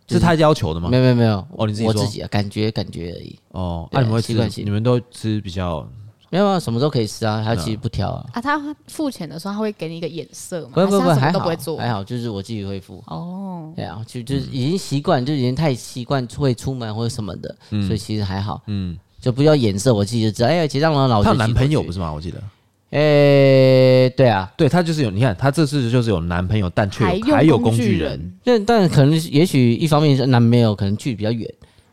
就是
是她要求的吗
没？有没有没有，
哦你自己
我
说
自己啊，感觉感觉而已，
哦，那、
对
你们会
习惯
吃？
性
你们都吃比较
没有啊，什么时候可以吃啊，他
嗯
其实不挑啊，
啊，他付钱的时候他会给你一个眼色嘛，
不不不，
还是他什
还
么都
好
不会做
还好，就是我自己会付，
哦。
对啊，就就是已经习惯，就已经太习惯会出门或者什么的，所以其实还好，
嗯，
就不要颜色，我自己就知道，哎，结账了，老
她有男朋友不
是？
是吗？我记得，
哎，对啊，
对她就是有，你看她这次就是有男朋友，但却有
还
还
有
有
工
工
具
具
人
人，
但但可能是也许一方面是男朋友可能距离比较远，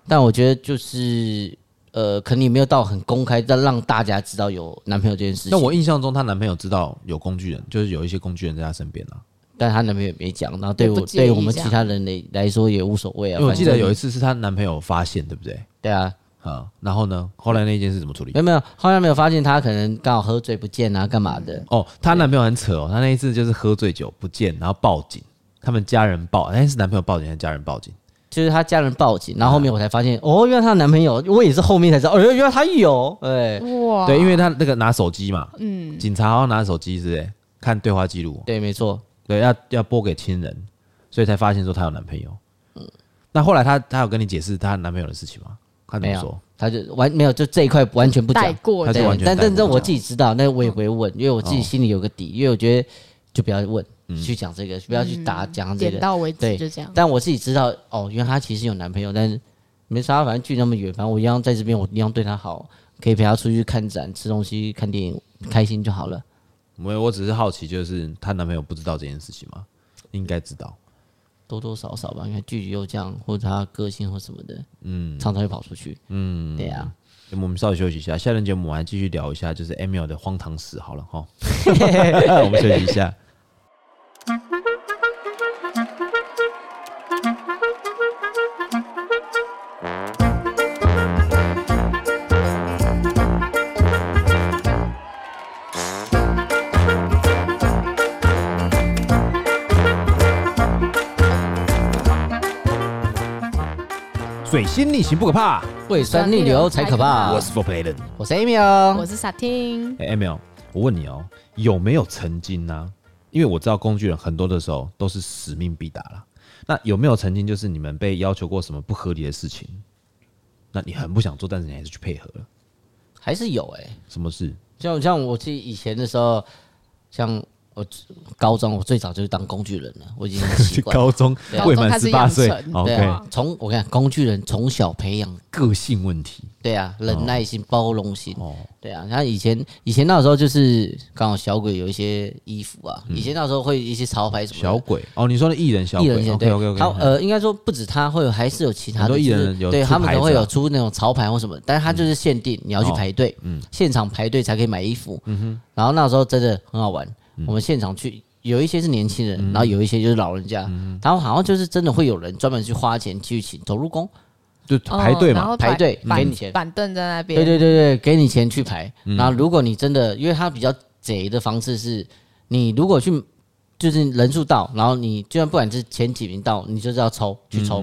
但我觉得就是呃，可能也没有到很公开，但让大家知道有男朋友这件事情。
那我印象中，她男朋友知道有工具人，就是有一些工具人在她身边啊。
但她男朋友也没讲，然后对
也
我
不介意
对我们
这
其
样
他人来来说也无所谓
因
啊。
为我记得有一
一
次是她男朋友发现，对不对？
对啊，
啊、然后呢，后来那件事怎么处理
没？有没有，后来没有发现他可能刚好喝醉不见啊，干嘛的？
哦，她男朋友很扯哦，她那一次就是喝醉酒不见，然后报警，他们家人报，哎，是男朋友报警还是家人报警？
就是她家人报警，然后后面我才发现，哦，原来她男朋友，我也是后面才知道，哦，原来他有，哎，
哇，
对，因为她那个拿手机嘛，嗯，警察好像拿手机是不是看对话记录，
对，没错，
对，要要拨给亲人，所以才发现说她有男朋友。那后来她她有跟你解释她男朋友的事情吗？她怎么
没有
说？
他就完没有，就这一块完全不
带
讲。
过
他
的
就完全
对，但
带
但
过
这
不
我
讲哦
自己知道，那我也不会问，因为我自己心里有个底，因为我觉得就不要问，
嗯
去讲这个，不要去打讲这
点
个。
到为止，
对
就这样。
但我自己知道，哦，原来她其实有男朋友，但是没啥，反正距那么远，反正我一样在这边，我一样对她好，可以陪她出去看展、吃东西、看电影，开心就好了。
没有，我只是好奇，就是她男朋友不知道这件事情吗？应该知道。
多多少少吧，因为距离又这样，或者她个性或什么的，嗯，常常会跑出去，嗯，对呀、
我们稍微休息一下，下轮节目我们还继续聊一下，就是 Emil 的荒唐史。好了哈，我们休息一下。水星逆行不可怕，
胃酸逆流才可怕。
我是 For Playen。
我是 Amy 哦
我是萨汀，
哎、m l 我问你哦，有没有曾经呢、因为我知道工具人很多的时候都是使命必达啦。那有没有曾经就是你们被要求过什么不合理的事情？那你很不想做，但是你还是去配合了，
还是有哎、
什么事？
像像我自己以前的时候，像我高中我最早就是当工具人了，我已经很习惯了。
高中
高
未
中
满
开始
十八
养
岁哦
成
，OK，
对啊，从我看工具人从小培养，
个性问题
对啊，忍耐心、包容心，
哦，
对啊。像以前以前那时候就是刚好小鬼有一些衣服啊，以前那时候会一些潮牌什么的
小鬼哦，你说的艺人小
艺
鬼
人前对
o k OK
他
OK，
呃，应该说不止他会有，还是有其他
很
的
多艺
就是
人有
对
出
他们
牌
可能
子
会有
啊
出那种潮牌或什么，但是他就是限定你要去
哦嗯
排队，现场排队才可以买衣服。然后那时候真的很好玩，我们现场去。有一些是年轻人，
嗯
然后有一些就是老人家，然后好像就是真的会有人专门去花钱去请走路工，
就排队
嗯然
嘛，
后
排队
板
给你钱
板凳在那边，
对对对对，给你钱去排。然后如果你真的，因为他比较贼的方式是，你如果去就是人数到，然后你就算不管是前几名到，你就是要抽去抽，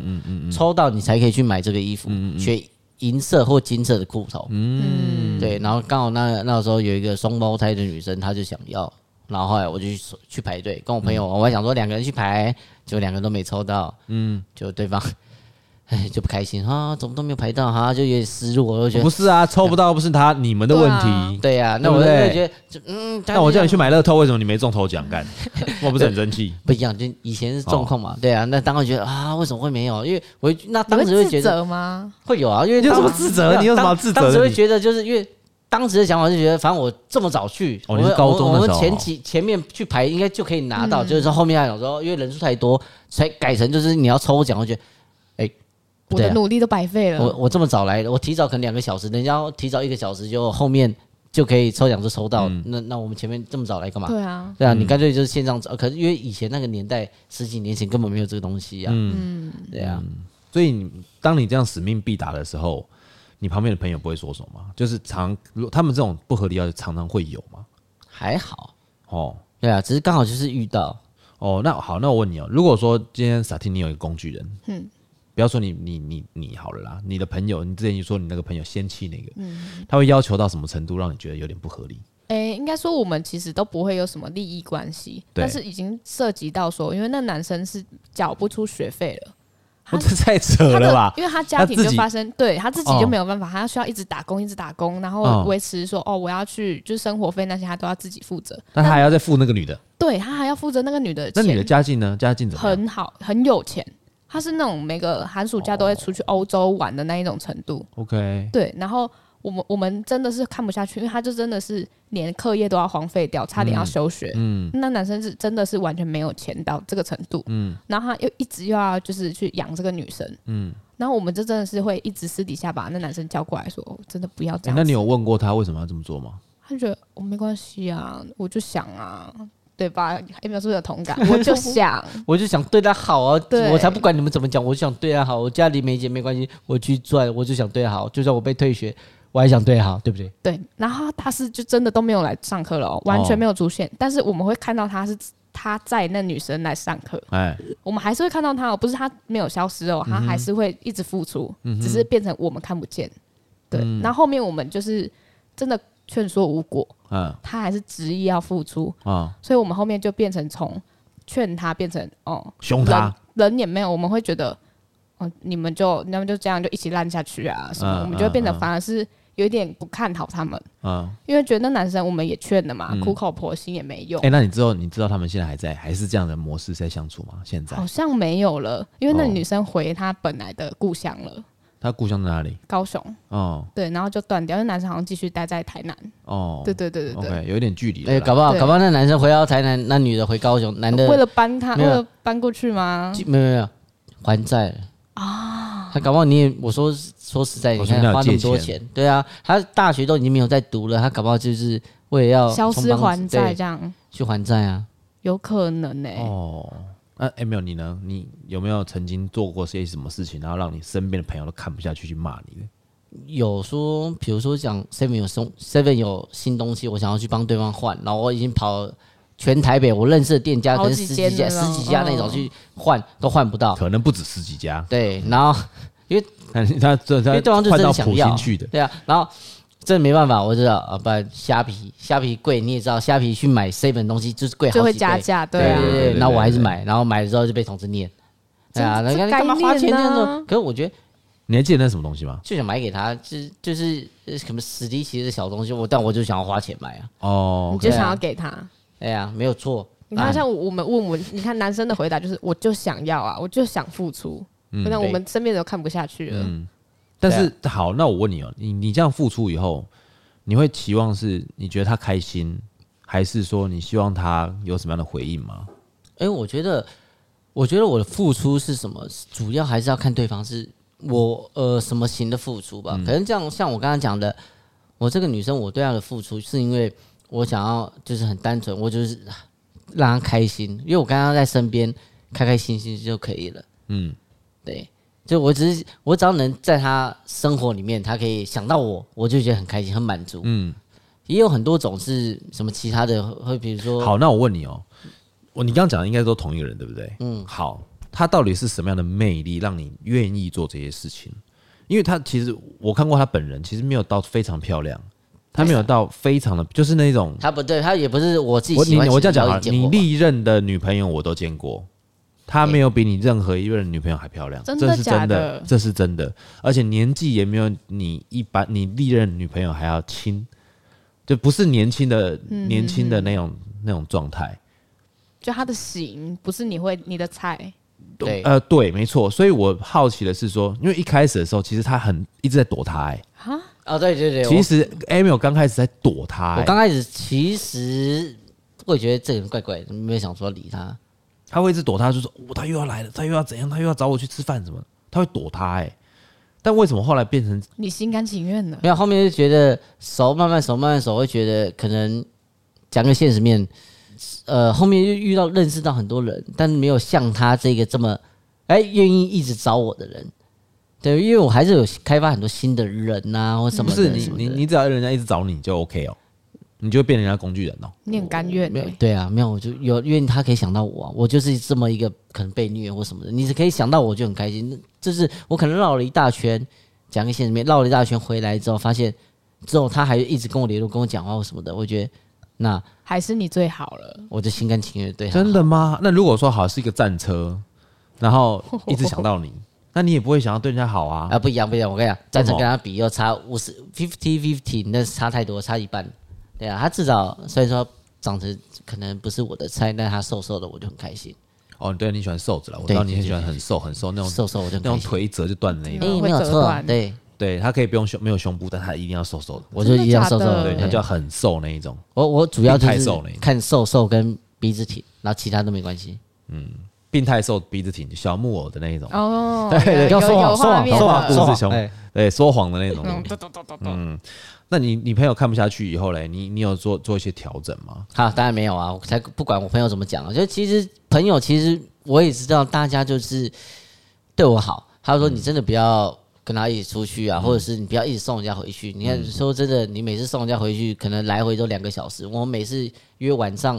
抽到你才可以去买这个衣服，选银色或金色的裤头。嗯，对。然后刚好那那时候有一个双胞胎的女生，她就想要。然后后来我就去去排队，跟我朋友，我还想说两个人去排，结果两个都没抽到，嗯，就对方， 哎，就不开心啊，怎么都没有排到哈、就有点失落，我就觉得
不是啊，抽不到不是他你们的问
对啊
题。
对呀、那
对不
我就
对
会觉得，就嗯，
那我叫你去买乐透，为什么你没中头奖？干，我不是很生气？
不一样，就以前是状
哦
况嘛，对啊，那当时觉得啊，为什么会没有？因为我那
你
当
会
时会
自
觉得
责吗？
会有啊，因为
你有什么
当
自责？你有什么自责的
当
你？
时会觉得就是因为。当时的想法就觉得，反正我这么早去，
哦
我
你是
们
高中
我们我
的时
们
候
前几前面去排应该就可以拿
嗯
到，就是说后面还想说，因为人数太多，才改成就是你要抽奖，我觉得
我
对啊
的努力都白费
我
了，
我这么早来，我提早可能两个小时，人家要提早一个小时就后面就可以抽奖就抽到，
嗯
那那我们前面这么早来干嘛？
对啊，
对啊，你干脆就是线上找，可是因为以前那个年代，十几年前根本没有这个东西啊。嗯，对啊，
所以你当你这样使命必达的时候，你旁边的朋友不会说什么吗？就是常如他们这种不合理要求常常会有嘛。
还好。
哦
对啊，只是刚好就是遇到，
哦，那好，那我问你哦，如果说今天萨汀你有一个工具人，嗯，不要说你你你你好了啦，你的朋友，你之前就说你那个朋友仙气那个，
嗯
他会要求到什么程度让你觉得有点不合理？
诶、应该说我们其实都不会有什么利益关系，
对
但是已经涉及到说，因为那男生是缴不出学费了，
我
他
这太扯
他
了
的
吧，！
因为他家庭
他自
就
己
发生，对他自己
哦
就没有办法，他需要一直打工，一直打工，然
哦
后维持说，哦，我要去，就是生活费那些他都要自己负责，
那他还要再付那个女的，
对他还要负责那个女的
那
钱，
女的家境呢？家境怎么样？
很好，很有钱，他是那种每个寒暑假都
哦
会出去欧洲玩的那一种程度，
OK，
对，然后。我们我们真的是看不下去，因为他就真的是连课业都要荒废掉，差点要休学。
嗯，
那男生是真的是完全没有钱到这个程度，嗯，然后他又一直又要就是去养这个女生，嗯，然后我们就真的是会一直私底下把那男生叫过来说，哦真的不要这
诶
样、
那你有？问过他为什么要这么做吗？
他就觉得我、没关系啊，我就想啊，对吧？哎有没有是不是有同感？我就想，
我就想对他好啊，
对
我才不管你们怎么讲，我就想对他好。我家里没钱没关系，我去赚，我就想对他好。就算我被退学，我还想对他好，对不对？
对，然后他大四就真的都没有来上课了、哦，完全没有出现，但是我们会看到他是。他在那女生来上课，
哎，
我们还是会看到他哦，不是他没有消失
嗯
哦，他还是会一直付出，只是变成我们看不见。对，然后后面我们就是真的劝说无果，
嗯
他还是执意要付出，
啊、
所以我们后面就变成从劝他变成哦，
凶他
人人也没有，我们会觉得哦，你们就那么就这样就一起烂下去啊什么，
嗯
我们就会变得
嗯嗯
反而是有一点不看好他们，
嗯，
因为觉得那男生我们也劝了嘛，
嗯
苦口婆心也没用
哎、，那你知道你知道他们现在还在还是这样的模式在相处吗？现在
好像没有了，因为那
哦
女生回她本来的故乡了，
他故乡在哪里？
高雄，
哦
对，然后就断掉，因为男生好像继续待在台南，
哦，
对对对对对。
o k 有一点距离了
哎，
啦。
搞不好
对
搞不好那男生回到台南，那女的回高雄，男的
为了搬他，
没
为
有
了搬过去吗？
没有没有没有还债了
哦
啊。他搞不好你也我说说实在，
我
你
说
看
你要
花那
借
么多
钱
钱，对啊，他大学都已经没有在读了，他搞不好就是为了要
消
充
失
帮子
还债
对
这样，
去还债啊。
有可能欸呢、
哦，那、哎没有你呢？你有没有曾经做过些什么事情，然后让你身边的朋友都看不下去去骂你的？
有说，比如说讲 Seven 有送 Seven 有新东西，我想要去帮对方换，然后我已经跑全台北我认识的店家，
好
可能
几
十几
间
家、
了嗯
十几家那种去换都换不到。
可能不止十几家，
对，然后
但是他这
因
他
为对方就
换
真
到
的想
普
要
京，去的，
对啊，然后真的没办法，我知道啊，不然虾皮虾皮贵，你也知道虾皮去买 Seven 东西就是贵好
就会
几
加
倍
价，
对
啊。
对
对
对
然后我还是
对
买，然后买了之后就被同事念，对啊，
这
那
这
干嘛花
概
钱
念
那种？
啊
可是我觉得。
你还记得那是什么东西吗？
就想买给他，就是就是呃什么史迪奇的小东西，我但我就想要花钱买啊，
哦
你
，OK，
就想要给他。
哎呀，没有错，
你看，
啊
像我们问我，你看男生的回答就是，我就想要啊，我就想付出。
嗯
那、我们身边的都看不下去了，
但是、
啊
好，那我问你哦，你你这样付出以后，你会期望是你觉得他开心，还是说你希望他有什么样的回应吗？
哎、我觉得，我觉得我的付出是什么，主要还是要看对方是我呃什么型的付出
嗯
吧。可能这样，像我刚刚讲的，我这个女生我对她的付出是因为我想要就是很单纯，我就是让她开心，因为我刚刚在身边开开心心就可以了。
嗯，
对。就我只是我只要能在她生活里面，她可以想到我，我就觉得很开心、很满足。
嗯，
也有很多种是什么其他的，会比如说
好，那我问你哦，我你刚刚讲的应该都同一个人，对不对？嗯，好，他到底是什么样的魅力让你愿意做这些事情？因为他其实我看过他本人，其实没有到非常漂亮，他没有到非常的，就是那种
他不对，他也不是我自己
我
喜
你
欢。
我这样讲好
喜
了
欢，见
你
过吧
历任的女朋友我都见过，她
对
没有比你任何一任女朋友还漂亮，
真的
这是真
假
的
的，
这是真的，而且年纪也没有你一般你历任女朋友还要轻，就不是年轻的
嗯
年轻的那种那种状态。
就他的型不是你会你的菜，
对
呃，对，没错。所以我好奇的是说，因为一开始的时候，其实他很一直在躲他、欸。
哦，对对对，
其实 Emil 刚开始在躲他、
我
欸
我刚开始其实我也觉得这个人怪怪的，没有想说理他。
他会一直躲他，就说、哦、他又要来了，他又要怎样，他又要找我去吃饭什么的，他会躲他哎、但为什么后来变成
你心甘情愿的。
没有，后面就觉得熟，慢慢熟，慢慢熟，会觉得可能讲个现实面，呃，后面就遇到认识到很多人，但没有像他这个这么哎愿意一直找我的人。对，因为我还是有开发很多新的人呐、或什
不
么
是
的
你
什么
你
的
你只要人家一直找你你就 OK 哦，你就会变成人家工具人哦。
你很甘愿
没
的、
有对啊，没有，我就有，因为他可以想到我、啊，我就是这么一个可能被虐或什么的，你只可以想到我就很开心。就是我可能绕了一大圈，讲个现实面，绕了一大圈回来之后，发现之后他还一直跟我联络，跟我讲话或什么的，我觉得那
还是你最好了。
我就心甘情愿地 对他啊
真的吗？那如果说好是一个战车，然后一直想到 你，那你也不会想要对人家好啊。
啊不一样不一样，我跟你讲，赞成
为什么
跟他比又差五十 fifty fifty，那是差太多，差一半。对啊，他至少虽然说长成可能不是我的菜，但他瘦瘦的我就很开心，
哦，对，你喜欢瘦子了，我知
对
道你很喜欢很瘦很瘦那种
瘦瘦我就很
那
开
种
心。
腿一折就断的那
哎、
种。
嗯
没有
会折
错啊，
断
对，
对，他可以不用胸没有胸部，但他一定要瘦瘦的，
我就一样瘦瘦
真的
嗯
假的
对，他就要很瘦那一种。
我我主要就
太
是
瘦了
看瘦瘦跟鼻子挺，然后其他都没关系。
病态瘦，鼻子挺，小木偶的那一种。
哦，
对对
有
要说谎
有有
说
画
谎
面
说谎
谎
不
说
了。
是凶
谎哎，
对，说谎的那种。
嗯，咚咚咚咚咚
那你你朋友看不下去以后嘞，你你有做做一些调整吗？
好，当然没有啊，我才不管我朋友怎么讲啊。就其实朋友，其实我也知道大家就是对我好，他说
嗯
你真的不要跟他一起出去啊，或者是你不要一直送人家回去。
嗯
你看，说真的，你每次送人家回去，可能来回都两个小时。我们每次约晚上，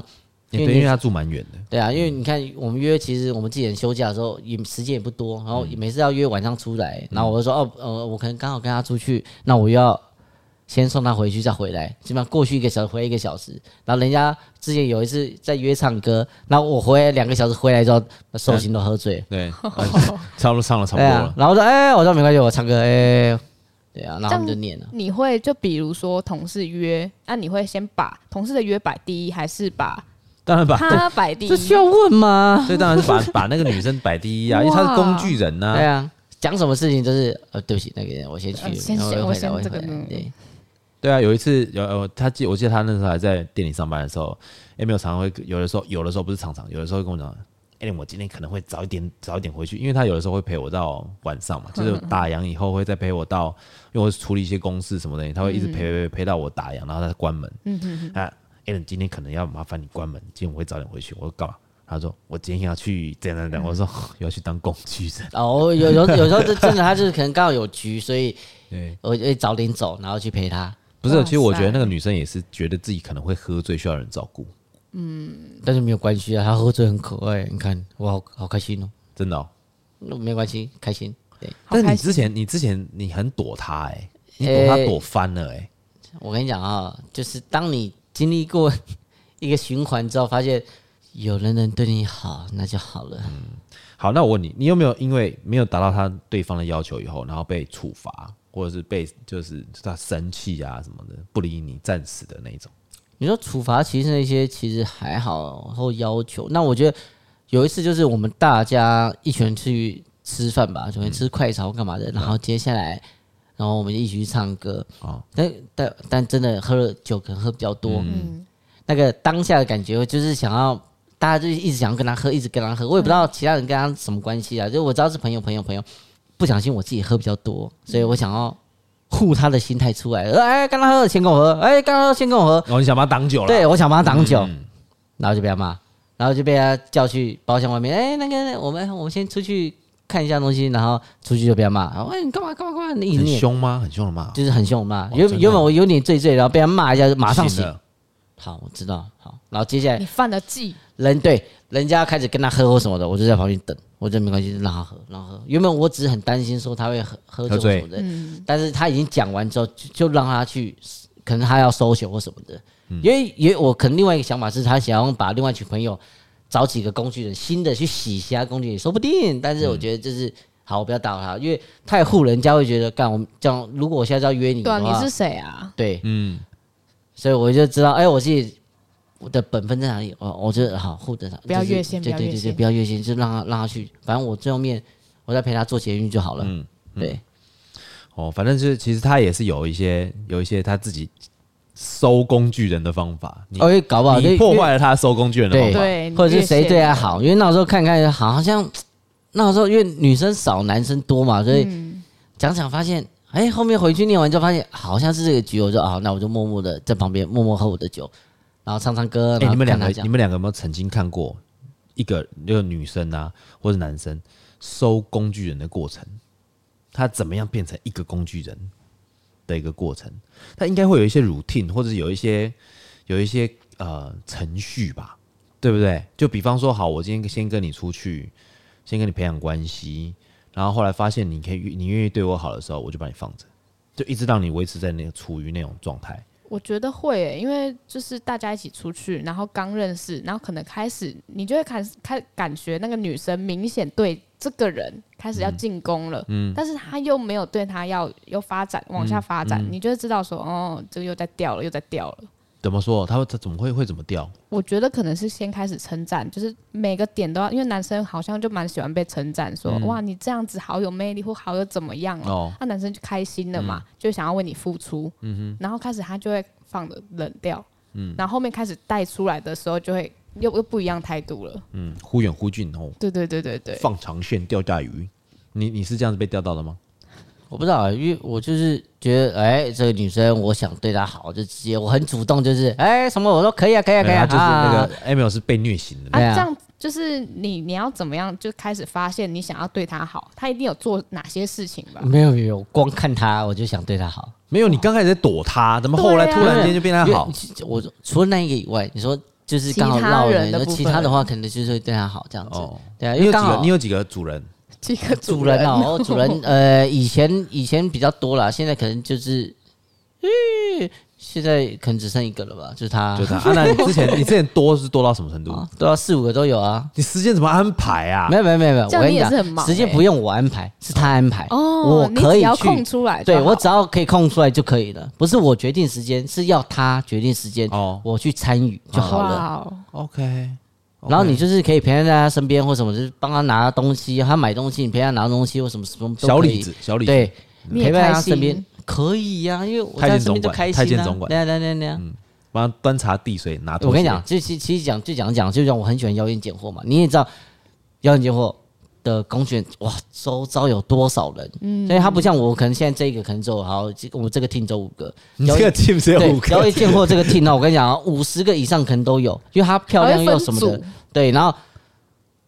因
也
为
对，
你
因为他住蛮远的。
对啊，因为你看，我们约其实我们自己人休假的时候也时间也不多，然后每次要约晚上出来，然后我就说哦，呃，我可能刚好跟他出去，那我又要先送他回去再回来，起码过去一个小时，回来一个小时。然后人家之前有一次在约唱歌，然后我回来两个小时回来之后，那寿星都喝醉，
对，呃差不多唱了差不
对
多
啊
了，，
然后说哎、我说没关系，我唱歌哎、对啊，然后
这
他
样
们就念了。
你会就比如说同事约，那、你会先把同事的约摆第一，还是把
当然把
他摆第一？
这需要问吗？
所以当然是把把那个女生摆第一啊，因为她是工具人呐、
对啊，讲什么事情都是呃，对不起，那个人我先去，
呃先
然后
先
又
我
回来，
先
我
这
回
个
来
嗯。
对，
对啊，有一次有呃，他记我记得他那时候还在店里上班的时候，也没有常常会有的时候有的时候不是常常，有的时候会跟我讲。哎、我今天可能会早一点早一点回去，因为他有的时候会陪我到晚上嘛，就是打烊以后会再陪我到，因为我处理一些公事什么的，他会一直陪陪陪到我打烊，然后他关门。嗯嗯啊，哎、今天可能要麻烦你关门，今天我会早点回去。我说干嘛？他说我今天要去这样这样这样。我说 要去当工具人。
哦，有有有时候这真的他就是可能刚好有局，所以
对，
我会早点走，然后去陪他。
不是，
哇
其实我觉得
塞
那个女生也是觉得自己可能会喝醉，需要人照顾，
但是没有关系啊，他喝醉很可爱，你看我好好开心哦。
真的、哦。
那没关系，开心。对，
好
但是
开
你
心
之前，你之前你很躲她哎、你躲她
诶
躲翻了哎、
我跟你讲啊、就是当你经历过 一个循环之后，发现有人能对你好，那就好了。
好，那我问你，你有没有因为没有达到她对方的要求以后，然后被处罚，或者是被就是她生气啊什么的，不理你，战死的那一种？
你说处罚其实那些其实还好，后要求。那我觉得有一次就是我们大家一群人去吃饭吧，准备吃快炒干嘛的，然后接下来，然后我们一起去唱歌。
哦
哦，但但但真的喝了酒，可能喝比较多，那个当下的感觉就是想要。大家就是一直想要跟他喝，一直跟他喝，我也不知道其他人跟他什么关系啊，就我知道是朋友，朋友，朋友，不小心我自己喝比较多，所以我想要护他的心态出来，呃哎，跟他喝先跟我喝，哎，跟他喝先跟我喝，
哦然后你想把她挡久了，
对，我想帮他挡酒，
嗯
然后就被他骂，然后就被他叫去包厢外面。哎、那个我们我们先出去看一下东西，然后出去就被他骂。然后哎，你干嘛干嘛干嘛？你一直
很
念
凶吗？很凶的骂，
就是很凶骂。
哦
原
真的
原本我有点醉醉，然后被他骂一下，马上
醒
醒。
了，
好，我知道。好，然后接下来
你犯了忌，
人对人家开始跟他喝或什么的，我就在旁边等。我觉得没关系，就让他喝，让他喝。原本我只是很担心说他会喝喝
喝
酒
醉
什么的，
嗯
但是他已经讲完之后，就就让他去，可能他要收球或什么的。因为因为我可能另外一个想法是他想要把另外一群朋友找几个工具人新的去洗其他工具人，说不定。但是我觉得就是、好，我不要打扰他，因为太护人家会觉得干我们这样。如果我现在要约你
对啊，
的
你
话，
是谁啊？
对，
嗯，
所以我就知道，哎、我自己我的本分在哪里？哦，我就好护着他，
不要
就是
越线
对
不要
对
越
对对，
线
不要越线，就让他让他去，反正我最后面我再陪他做捷运就好了。嗯，对，
哦，反正就是其实她也是有一些有一些她自己收工具人的方法，你、
哎、搞不好
你
就
破坏了她收工具人的方
对
法。
对
或者是谁对
啊？
他好，因为那时候看看好像那时候因为女生少男生多嘛，所以讲讲发现，哎、后面回去念完之后发现好像是这个局，我就啊，那我就默默的在旁边默默喝我的酒，然后唱唱歌。
哎、
然后
你们两个
看他，讲
你们两个有没有曾经看过一个那个女生啊，或者男生收工具人的过程？他怎么样变成一个工具人的一个过程？他应该会有一些 routine，或者是有一些有一些呃程序吧，对不对？就比方说，好，我今天先跟你出去，先跟你培养关系，然后后来发现你可以，你愿意对我好的时候，我就把你放着，就一直让你维持在那个处于那种状态。
我觉得会耶、因为就是大家一起出去，然后刚认识，然后可能开始你就会开始开感觉那个女生明显对这个人开始要进攻了，
嗯
但是她又没有对他要又发展往下发
嗯
展，你就会知道说哦，这个又在掉了，又在掉了。
怎么说？他会他怎么会会怎么掉？
我觉得可能是先开始称赞，就是每个点都要，因为男生好像就蛮喜欢被称赞，说、
嗯
哇你这样子好有魅力或好有怎么样
哦
哦，那、男生就开心了
嗯
嘛，就想要为你付出，然后开始他就会放的冷掉，
嗯
然后后面开始带出来的时候就会又又不一样态度了，
嗯，忽远忽近哦，
对对对对对，
放长线钓大鱼。你你是这样子被钓到的吗？
我不知道，因为我就是觉得，哎、这个女生我想对她好，就直接我很主动，就是哎、什么我说可以啊，可以啊，可以
他
啊，
就是那
啊
个 Emil 是被虐型的，
啊
对啊
这样就是你你要怎么样就开始发现你想要对他好，他一定有做哪些事情吧？
啊没有没有，光看她我就想对她好。
没有你刚开始在躲他，怎么
对
后来
啊
突然间就变得好
因为？其我除了那一个以外，你说就是刚好
其他
绕
人的
那
部
其他的
分
话，可能就是会对她好这样子。
哦
对啊，
你
因
有几
为刚
个
好
你有几个主人？
几个
哦主人哦，主人呃，以前以前比较多啦，现在可能就是咦现在可能只剩一个了吧，就是他，
就他。 啊，那你之前你之前多是多到什么程度
啊？，对啊，四五个都有啊。
你时间怎么安排啊
没？有没有没有没有，
这
我
样
跟
你也
讲
是很，忙
时间
欸
不用我安排，是他安排。
哦
我
你
可
只
以
要
去
空出来就
对
好
我只要可以空出来就可以了，不是我决定时间，是要他决定时间，
哦
我去参与就好了。
哇哦
OK，
然后你就是可以陪伴在他身边或什么，就是帮他拿东西，他买东西，你陪他拿东西或什么什么都可以
小李子，小李子，
对，
你也
陪伴在他
开心
身边可以呀、因为我
太
在他
监
身
总
边就
管
开
太
心
监
啊。
总管嗯
对啊对啊对啊对啊。
帮他端茶递水，拿。
我跟你讲，，就其其实讲就讲讲，就讲我很喜欢妖艳贱货嘛。你也知道，妖艳贱货的公选哇，周遭有多少人？
嗯
所以他不像我，可能现在这个可能只有好，这我这个 team 只有五个。
你这个 team 只有
对
五
妖
个，
艳贱货这个 team 呢，我跟你讲啊，五十个以上可能都有，因为它漂亮又什么
还会
的
分组。
对，然后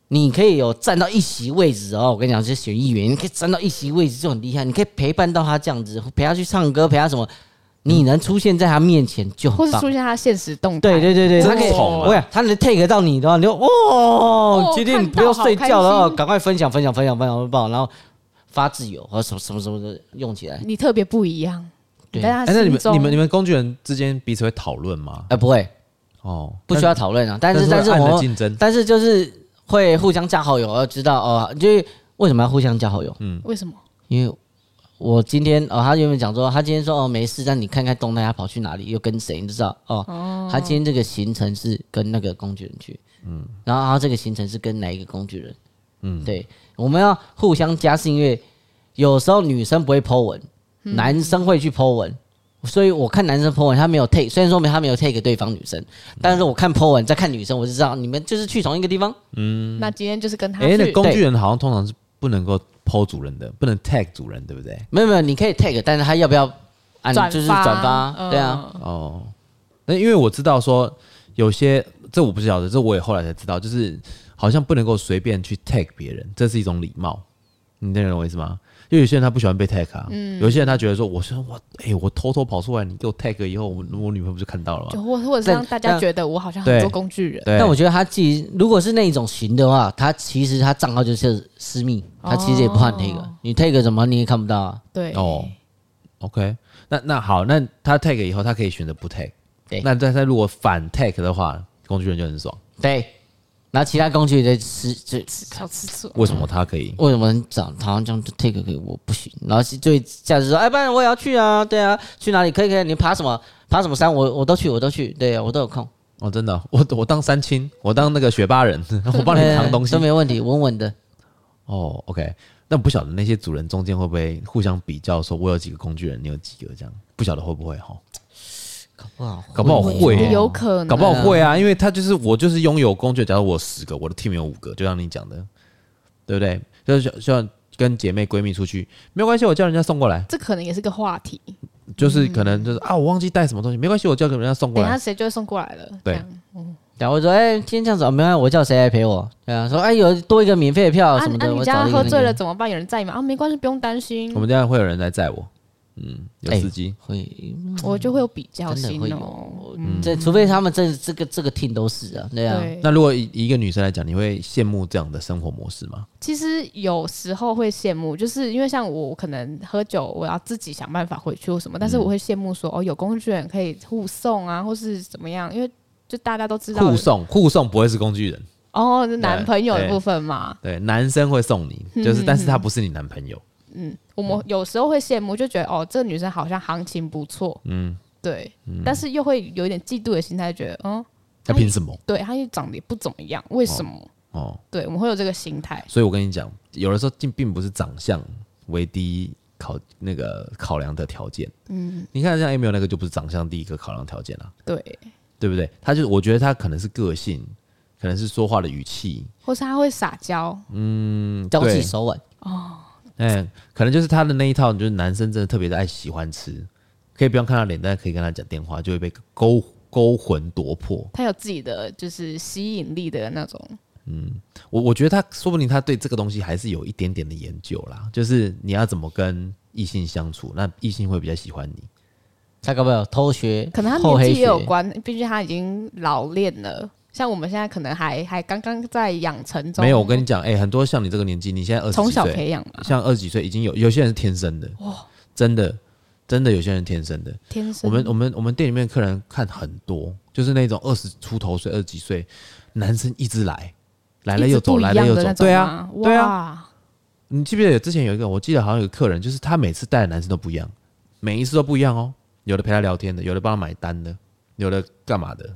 你可以有占到一席位置哦。我跟你讲，这选议员，你可以占到一席位置就很厉害。你可以陪伴到他这样子，陪他去唱歌，陪他什么，你能出现在他面前就
或
很
是
棒
出。现他现实动态，
对对对对，他可以，
真宠啊
我想他能 take 到你的话，你就哦，今天你不要睡觉
看到好开
了，
心
赶快分享分享分享分享分享，然后发自由或者什么什么什么的用起来。
你特别不一样。
对
在他
哎，那你
心
们
中
你们你们工具人之间彼此会讨论吗？
哎，不会，
哦，
不需要讨论啊，但是但
但
是
是会暗
我
地竞争
但是就是会互相加好友，要知道哦，就是为什么要互相加好友？
为什么？
因为我今天哦，他原本讲说他今天说哦没事，但你看看动态他跑去哪里，又跟谁，你就知道哦。他今天这个行程是跟那个工具人去，嗯，然后他这个行程是跟哪一个工具人，嗯，对，我们要互相加，是因为有时候女生不会 Po 文，男生会去 Po 文。所以我看男生 po 文，他没有 take，虽然说没他没有 take 对方女生，但是我看 po 文再看女生，我就知道你们就是去同一个地方。嗯
那今天就是跟他
哎，那
去
工具人好像通常是不能够 PO 主人的，不能 tag 主人，对不对？
没有没有，你可以 take，但是他要不要按
转
就是转发，
嗯
对啊，
哦，那因为我知道说有些这我不晓得，这我也后来才知道，就是好像不能够随便去 tag 别人，这是一种礼貌，你能懂我意思吗？因为有些人他不喜欢被 tag 啊，有些人他觉得说，我说我哎、我偷偷跑出来，你给我 tag 以后，我我女朋友不就看到了
就
吗？
或或者是让
但
大家
但
觉得我好像很
对
多工具人，
对，
但我觉得他既如果是那一种型的话，他其实他账号就是私密，他其实也不怕你 take，、你 take 什么你也看不到啊。
对
哦，OK，那那好，那他 tag 以后，他可以选择不 tag，
对
那但他如果反 tag 的话，工具人就很爽，
对，然后其他工具的私就
小吃醋，
为什么他可以？
为什么找好像这样就 take 给我不行？然后就这样子说，哎，不然我也要去啊，对啊，去哪里可以可以？你爬什么爬什么山，我我都去，我都去，对、啊、我都有空，
哦，真的，我我当三清，我当那个学霸人， 我帮你
哎
扛东西
都，没问题，稳稳的。
哦，OK，那不晓得那些主人中间会不会互相比较，说我有几个工具人，你有几个这样，不晓得会不会哈？
搞不好，
搞不好会
啊
耶、
有可能
搞不好会
嗯
啊，因为他就是我就是拥有工具，假如我有十个，我的 team 有五个，就像你讲的，对不对？就是像像跟姐妹闺蜜出去，没有关系，我叫人家送过来，
这可能也是个话题。
就是可
嗯
能就是、啊，我忘记带什么东西，没关系，我叫人家送过
等一下
来。
谁就会送过来了，
对
这样
然后我说，哎、今天这样子，哦没关系，我叫谁来陪我？对啊，说，哎、有多一个免费的票
啊
什么
啊，
的，
你
我
家
找一个
喝
那
醉
个
了怎么办？有人载你吗？啊，没关系，不用担心
我，们家会有人来载我，嗯，有
哎
司机，
会，
我就会有比较
真的
心
会有
哦。
这除非他们这这个这个 team 都是啊，对啊，
对，
那如果以以一个女生来讲，你会羡慕这样的生活模式吗？
其实有时候会羡慕，就是因为像我可能喝酒，我要自己想办法回去或什么，但是我会羡慕说哦，有工具人可以护送啊，或是怎么样，因为就大家都知道
护送护送不会是工具人。
哦，是男朋友的
对
部分嘛。
对，男生会送你，就是，但是他不是你男朋友。
我们有时候会羡慕，就觉得哦，这个女生好像行情不错，嗯，对，但是又会有一点嫉妒的心态，觉得嗯，
他凭什么？
对，她又长得也不怎么样，为什么？
哦，
对，我们会有这个心态，
所以我跟你讲，有的时候并并不是长相为第一考那个考量的条件。嗯，你看像 Emil 那个就不是长相第一个考量条件啦，
对，
对不对？他就我觉得他可能是个性，可能是说话的语气，
或是她会撒娇，
交际手腕，
嗯，可能就是他的那一套，就是男生真的特别的爱喜欢吃，可以不用看他脸，但是可以跟他讲电话，就会被勾勾魂夺魄。
她有自己的就是吸引力的那种，
我我觉得他说不定他对这个东西还是有一点点的研究啦，就是你要怎么跟异性相处，那异性会比较喜欢你。
他搞不好偷学，
可能他
厚
年
黑
纪也有
学，
关，毕竟他已经老练了。像我们现在可能还还刚刚在养成中，
没有，我跟你讲，哎、很多像你这个年纪，你现在二十
从
几
小
岁，
培养嘛。
像二十几岁已经有有些人是天生的，真的。真的有些人天生的。
天生
我们我们我们店里面客人看很多，就是那种二十出头岁、二十几岁男生一直来，来了又走，来了又走，对啊，
啊
对
啊，
你记不记得之前有一个，我记得好像有个客人，就是他每次带的男生都不一样，每一次都不一样哦。有的陪他聊天的，有的帮他买单的，有的干嘛的？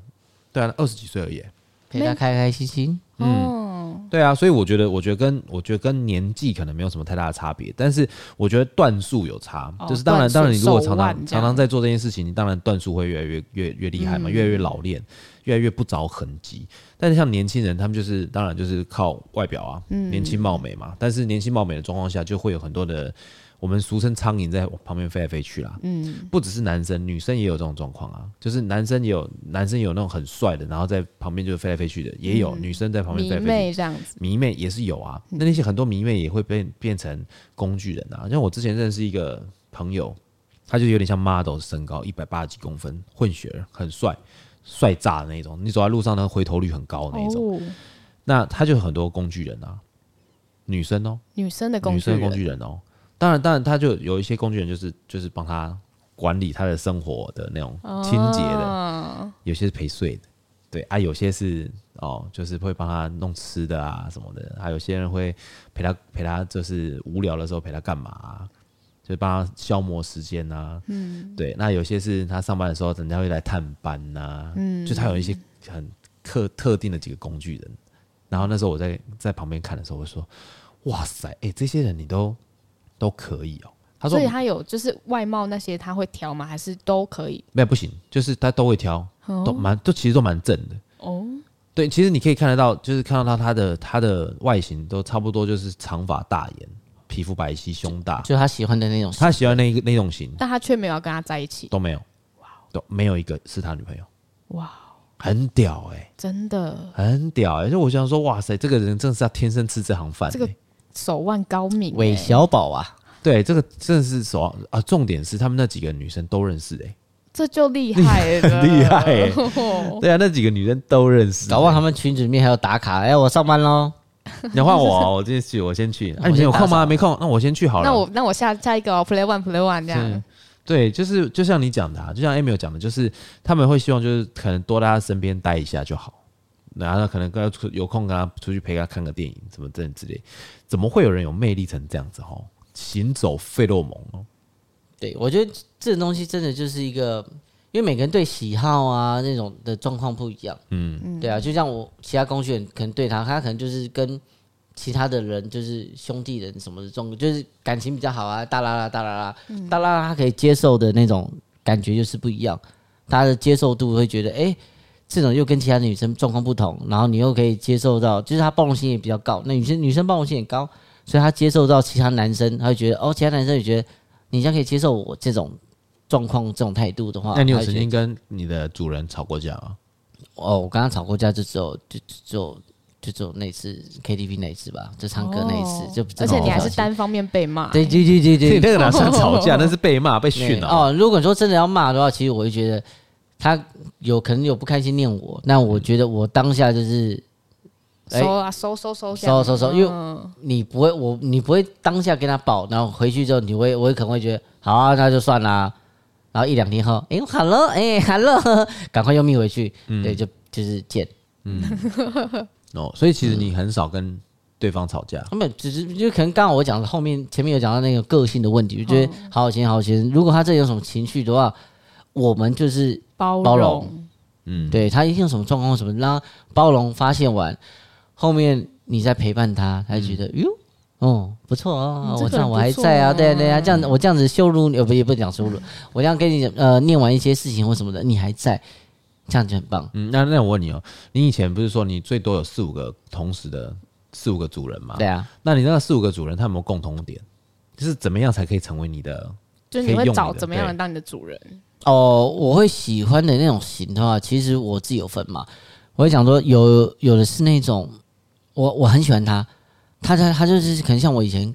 对啊，二十几岁而已。
陪他开开心心。
哦，
对啊，所以我觉得，我觉得跟我觉得跟年纪可能没有什么太大的差别，但是我觉得段数有差，
哦
就是当然，
段数
当然你如果
手
常
腕
常
这
常
样嗯
常在做这件事情，你当然段数会越来越越越厉害嘛，越来越老练，越来越不着痕迹。但是像年轻人，他们就是当然就是靠外表啊，
嗯
年轻貌美嘛。但是年轻貌美的状况下，就会有很多的我们俗称苍蝇在旁边飞来飞去啦。
嗯，
不只是男生，女生也有这种状况啊，就是男生也有男生有那种很帅的，然后在旁边就飞来飞去的，也有、女生在旁边
嗯迷
飞来飞去。
妹这样子，
迷妹也是有啊，那那些很多迷妹也会变变成工具人啊。像我之前认识一个朋友，他就有点像 model 身高，一百八十几公分，混血儿，很帅，帅炸的那种。你走在路上呢，回头率很高的那种。
哦，
那他就有很多工具人啊，女生哦、
女生的工
女
具
生的
人，
工具人哦。当然，当然，他就有一些工具人，就是就是帮他管理他的生活的那种
哦
清洁的，
的，
有些是陪睡的，对啊，有些是哦，就是会帮他弄吃的啊什么的，还、有些人会陪他陪他，就是无聊的时候陪他干嘛、啊，就是帮他消磨时间啊。嗯，对，那有些是他上班的时候，人家会来探班呐、嗯，就他有一些很特特定的几个工具人。然后那时候我在在旁边看的时候，我就说：“哇塞，哎、这些人你都都可以哦。”他说
所以他有就是外貌那些他会挑吗？还是都可以？：“
没有不行，就是他都会挑，都
哦
蛮，都其实都蛮正的。”
哦，
对，其实你可以看得到，就是看到他他的他的外形都差不多，就是长发大眼，皮肤白皙，胸大。
就啊他喜欢的那种。
他喜欢那一个那种型
但他却没有要跟他在一起，
都没有，都没有一个是他女朋友，
哇，
很屌哎、
真的
很屌哎、就我想说，哇塞，这个人真的是要天生吃这行饭、欸。
这个手腕高明、欸，
韦小宝啊，
对，这个真的是手啊，重点是他们那几个女生都认识哎、
这就厉害 了，
厉害 欸
哦
对啊，那几个女生都认识、
搞忘他们群组里面还有打卡，哎、我上班喽，
你要换我、啊，我今天去，我先去。啊，你们有空吗？没空，那我先去好了。
那我那我下下一个哦，play one play one 这
是
样，
对，就是就像你讲的、啊，就像 Amy 有讲的，就是他们会希望就是可能多在他身边待一下就好，然后可能跟他出有空跟他出去陪他看个电影什么这之类，怎么会有人有魅力成这样子哦？行走费洛蒙哦，
对，我觉得这种东西真的就是一个，因为每个人对喜好啊那种的状况不一样。嗯，对啊，就像我其他工具人可能对他，他可能就是跟其他的人就是兄弟人什么的状，就是感情比较好啊，大啦啦大啦啦、大啦啦，他可以接受的那种感觉就是不一样，他的接受度会觉得哎。诶这种又跟其他女生状况不同，然后你又可以接受到，就是他包容性也比较高。那女生女生包容性也高，所以他接受到其他男生，他会觉得哦，其他男生也觉得你这样可以接受我这种状况、这种态度的话，
那你啊有
他就
曾
觉得
经跟你的主人吵过架吗？
哦，我跟他吵过架就只有就就只有就只有那一次 KTV 那一次吧，就唱歌那一次，
哦
就真的
而且你还
不小
是
心
单方面被骂，
对对对
你
对对
那个 哪算吵 架，那是被骂被
对
训哦。
哦。如果说真的要骂的话，其实我会觉得他有可能有不开心念我，那我觉得我当下就是哎
收啊收收收这样
收收收因为
嗯
你不会我你不会当下跟他爆，然后回去之后你会我可能会觉得好啊，那就算啦。然后一两天后，哎、好了，哎、好了， 赶快又密回去，
嗯
对，就就是见。
哦，所以其实你很少跟对方吵架。
他们只是就可能刚好我讲的后面前面有讲到那个个性的问
嗯
题，我觉得好好先生好好先生，如果他这有什么情绪的话，我们就是
包
包
容
容
嗯，
对他一定有什么状况或什么，让他包容发现完，后面你再陪伴他，他就觉得哟。哦，不错啊、
嗯
我
这个
这样
人
我
不
还
错
在啊，对啊对啊，
啊
这样我这样子羞辱你，呃不也不讲羞辱，我这样跟你呃念完一些事情或什么的，你还在，这样就很棒。
嗯，那那我问你哦，你以前不是说你最多有四五个同时的四五个主人吗？
对啊，
那你那四五个主人，他有没有共同点？就是怎么样才可以成为你的？
就是
可以
你会
用你
找
的
怎么样
对
的当你的主人，
哦，我会喜欢的那种型的话，其实我自己有分嘛。我会讲说有，有的是那种我我很喜欢他，他他他就是可能像我以前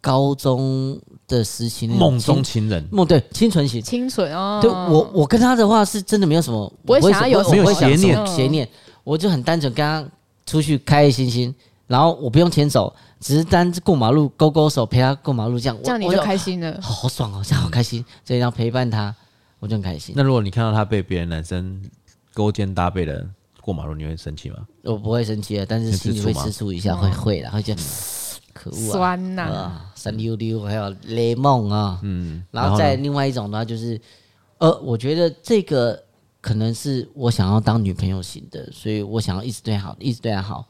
高中的时期那种
梦
清
中情人，
梦对清纯型。
清纯哦，
对我我跟他的话是真的没有什么，
不会
我
想要有
我
什
不
么
会想
邪
什么
念
邪念，我就很单纯跟他出去开开心心，然后我不用牵手，只是单过马路勾勾手陪他过马路，这样
这样你
我
就
我
开 心了。
好好爽哦，这样好开心，所以要陪伴他，我就很开心。
那如果你看到他被别的男生勾肩搭背的过马路，你会生气吗？
我不会生气啊的，但是心里会吃醋一嗯下，会会的，会觉得可恶啊，
酸呐、
啊，三溜溜，还有雷梦啊，
嗯，
然后
呢
再另外一种的话就是，呃，我觉得这个可能是我想要当女朋友型的，所以我想要一直对她好，一直对她好。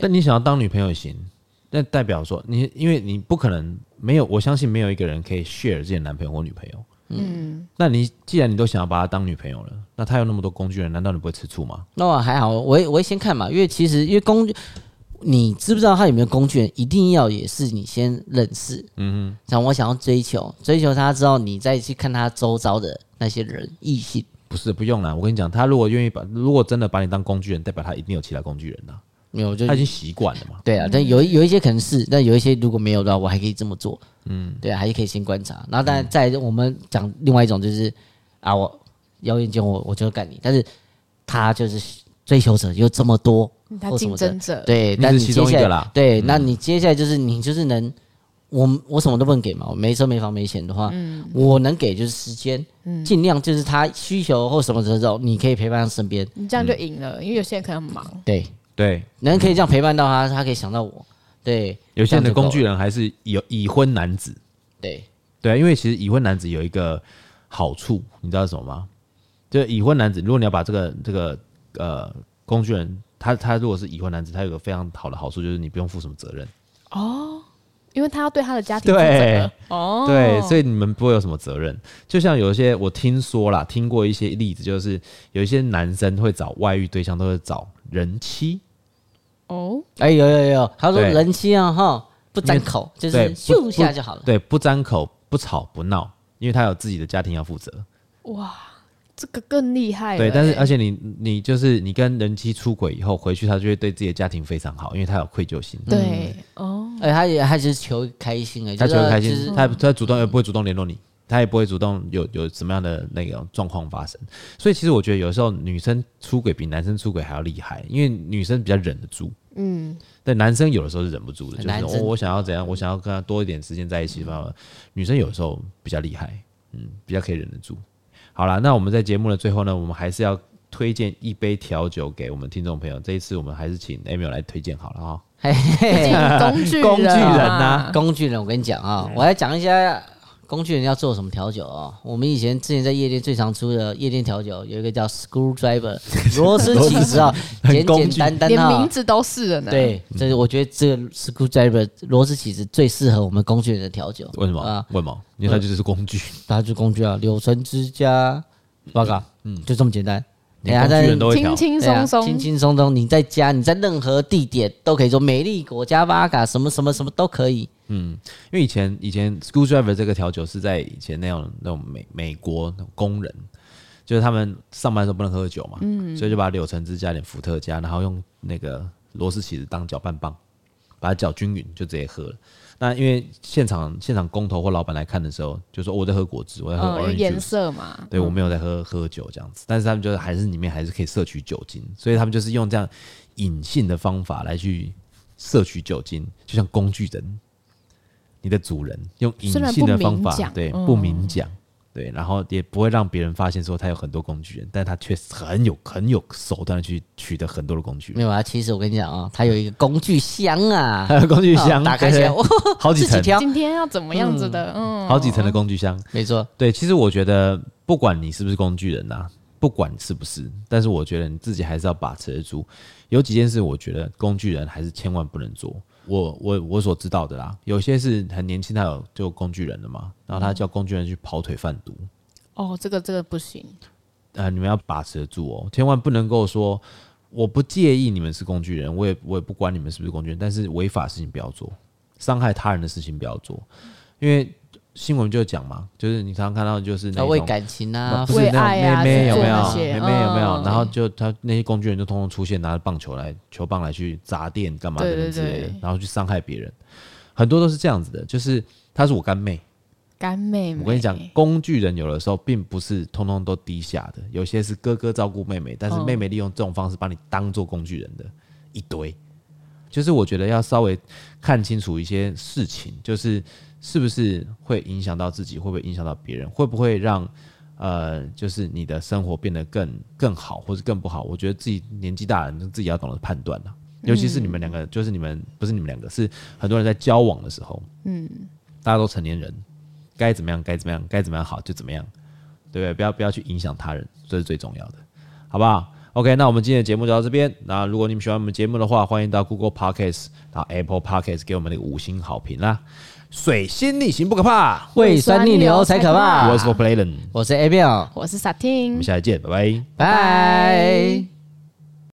但你想要当女朋友也行，那代表说你，因为你不可能没有，我相信没有一个人可以 share 自己的男朋友或女朋友。嗯，那你既然你都想要把他当女朋友了，那他有那么多工具人，难道你不会吃醋吗？
那我还好，我会我会先看嘛，因为其实因为工具，你知不知道他有没有工具人，一定要也是你先认识。嗯哼，像我想要追求追求他之后，你再去看他周遭的那些人异性。
不是，不用啦。我跟你讲，他如果愿意把，如果真的把你当工具人，代表他一定有其他工具人啦。
没有，我就
他已经习惯了嘛。
对啊，但有一有一些可能是，但有一些如果没有的话，我还可以这么做。嗯，对啊，还是可以先观察。然后，
嗯
当然，再来我们讲另外一种就是啊，我妖艳间我我就干你，但是他就是追求者又这么多，
嗯他
或什
竞
么的
争者，
对，
你
但
是
你
其
接
中一
下
个
来
啦嗯
对，那你接下来就是你就是能，我我什么都不能给嘛，我没车没房没钱的话，
嗯
我能给就是时间，尽量就是他需求或什么的时候，你可以陪伴他身边，
你这样就赢了，因为有些人可能很忙，
对，
对，
能可以这样陪伴到他，他可以想到我，对，
有些人的
这样就够
工具
了，
人还是有已婚男子。
对，
对啊，因为其实已婚男子有一个好处，你知道是什么吗？就是已婚男子，如果你要把这个这个呃工具人，他他如果是已婚男子，他有个非常好的好处，就是你不用负什么责任。
因为他要对他的家庭负
对
责。哦，
对，所以你们不会有什么责任。就像有一些我听说啦，听过一些例子，就是有一些男生会找外遇对象，都会找人妻，
哦，
哎、有有有，他说
对
人妻啊哈，不沾口，就是
对不
咻一下就好了，
对，不张口、不吵、不闹，因为他有自己的家庭要负责。
这个更厉害了欸。
对，但是
呃
而且你你就是你跟人妻出轨以后回去，他就会对自己的家庭非常好，因为他有愧疚心。
对哦，
哎、他也他只是求开心而已，
他觉
就
得
是
开
就
心
是，
他他主动也呃不会主动联络你，他也不会主动有有什么样的那种状况发生。所以其实我觉得有时候女生出轨比男生出轨还要厉害，因为女生比较忍得住。嗯，但男生有的时候是忍嗯不住的，就
男
是
生
哦，我想要怎样，我想要跟他多一点时间在一起吧。女生有时候比较厉害，嗯，比较可以忍得住。好啦，那我们在节目的最后呢，我们还是要推荐一杯调酒给我们听众朋友。这一次我们还是请 Emil 来推荐好了哈。
嘿嘿嘿
毕竟嗯 工具
工具人
呐
啊，嗯
工具人，我跟你讲啊，我来讲一下工具人要做什么调酒哦。我们以前之前在夜店最常出的夜店调酒，有一个叫 screwdriver 螺丝起子啊，简
工具
简单单
连
啊
名。字都是了呢。，
对，这是我觉得这个 screwdriver 螺丝起子最适合我们工具人的调酒。
为什么？
啊？
为什么？因为它就是工具。
它就工具啊，柳橙之家，报告，嗯，就这么简单。哎
连工具人都会调
轻。轻
对啊
松松
轻，轻松松，你在家，你在任何地点都可以做，美丽国家、巴嘎什么什么什么都可以。
因为以前以前 screwdriver 这个调酒是在以前那种那种美美国那种工人，就是他们上班的时候不能喝酒嘛，
嗯
所以就把柳橙汁加点伏特加，然后用那个螺丝起子当搅拌棒，把它搅均匀就直接喝了。那因为现场现场工头或老板来看的时候，就说、哦我在喝果汁，我在喝
嗯，有
orange
颜
juice，、
色嘛，
对我没有在
嗯
喝喝酒这样子，但是他们就是还是里面还是可以摄取酒精，所以他们就是用这样隐性的方法来去摄取酒精，就像工具人，你的主人用隐性的方法
虽然不明，讲
对，
嗯
不明讲，对，然后也不会让别人发现说他有很多工具人，但他确实很有很有手段地去取得很多的工具
没，有啊，其实我跟你讲啊，它有一个工具箱啊
还，有 工具箱，
哦打开起
对
来，哇，
好几
自己
层，
挑，
今天要怎么样子的？嗯，
好几层的工具箱，
没错，
对，其实我觉得，不管你是不是工具人呐、啊不管是不是，但是我觉得你自己还是要把持得住。有几件事，我觉得工具人还是千万不能做。我我我所知道的啦，有些是很年轻，他有就工具人了嘛，然后他叫工具人去跑腿贩毒，
哦，这个这个不行，
呃，你们要把持得住哦，千万不能够说我不介意你们是工具人，我也我也不管你们是不是工具人，但是违法的事情不要做，伤害他人的事情不要做，因为新闻就讲嘛，就是你常常看到就是那
要
种
为感情啊
不，是
为
那
爱啊
种妹妹
制
有
作
没有
那？
些
妹妹有没有？
嗯
然后就他那些工具人就通通出现，拿着棒球来球棒来去砸店干嘛
对
的之
对
类的
对，
然后去伤害别人，很多都是这样子的。就是她是我干妹，
干妹妹。
我跟你讲，工具人有的时候并不是通通都低下的，有些
哦
是哥哥照顾妹妹，但是妹妹利用这种方式把你当做工具人的一堆。就是我觉得要稍微看清楚一些事情，就是是不是会影响到自己，会不会影响到别人，会不会让呃，就是你的生活变得更更好，或是更不好。我觉得自己年纪大了，你自己要懂得判断了、
嗯
尤其是你们两个，就是你们不是你们两个，是很多人在交往的时候，嗯，大家都成年人，该怎么样该怎么样该怎么样好就怎么样，对不对？不要不要去影响他人，这是最重要的，好不好？OK，那我们今天的节目就到这边。那如果你们喜欢我们节目的话，欢迎到 Google Podcast、到 Apple Podcast 给我们那个五星好评啦。水星逆行不可怕，
胃酸逆流才可怕。
我是 For Playen，
我是 A 妙，
我是
我
Satin，
们下次见，拜拜。
拜。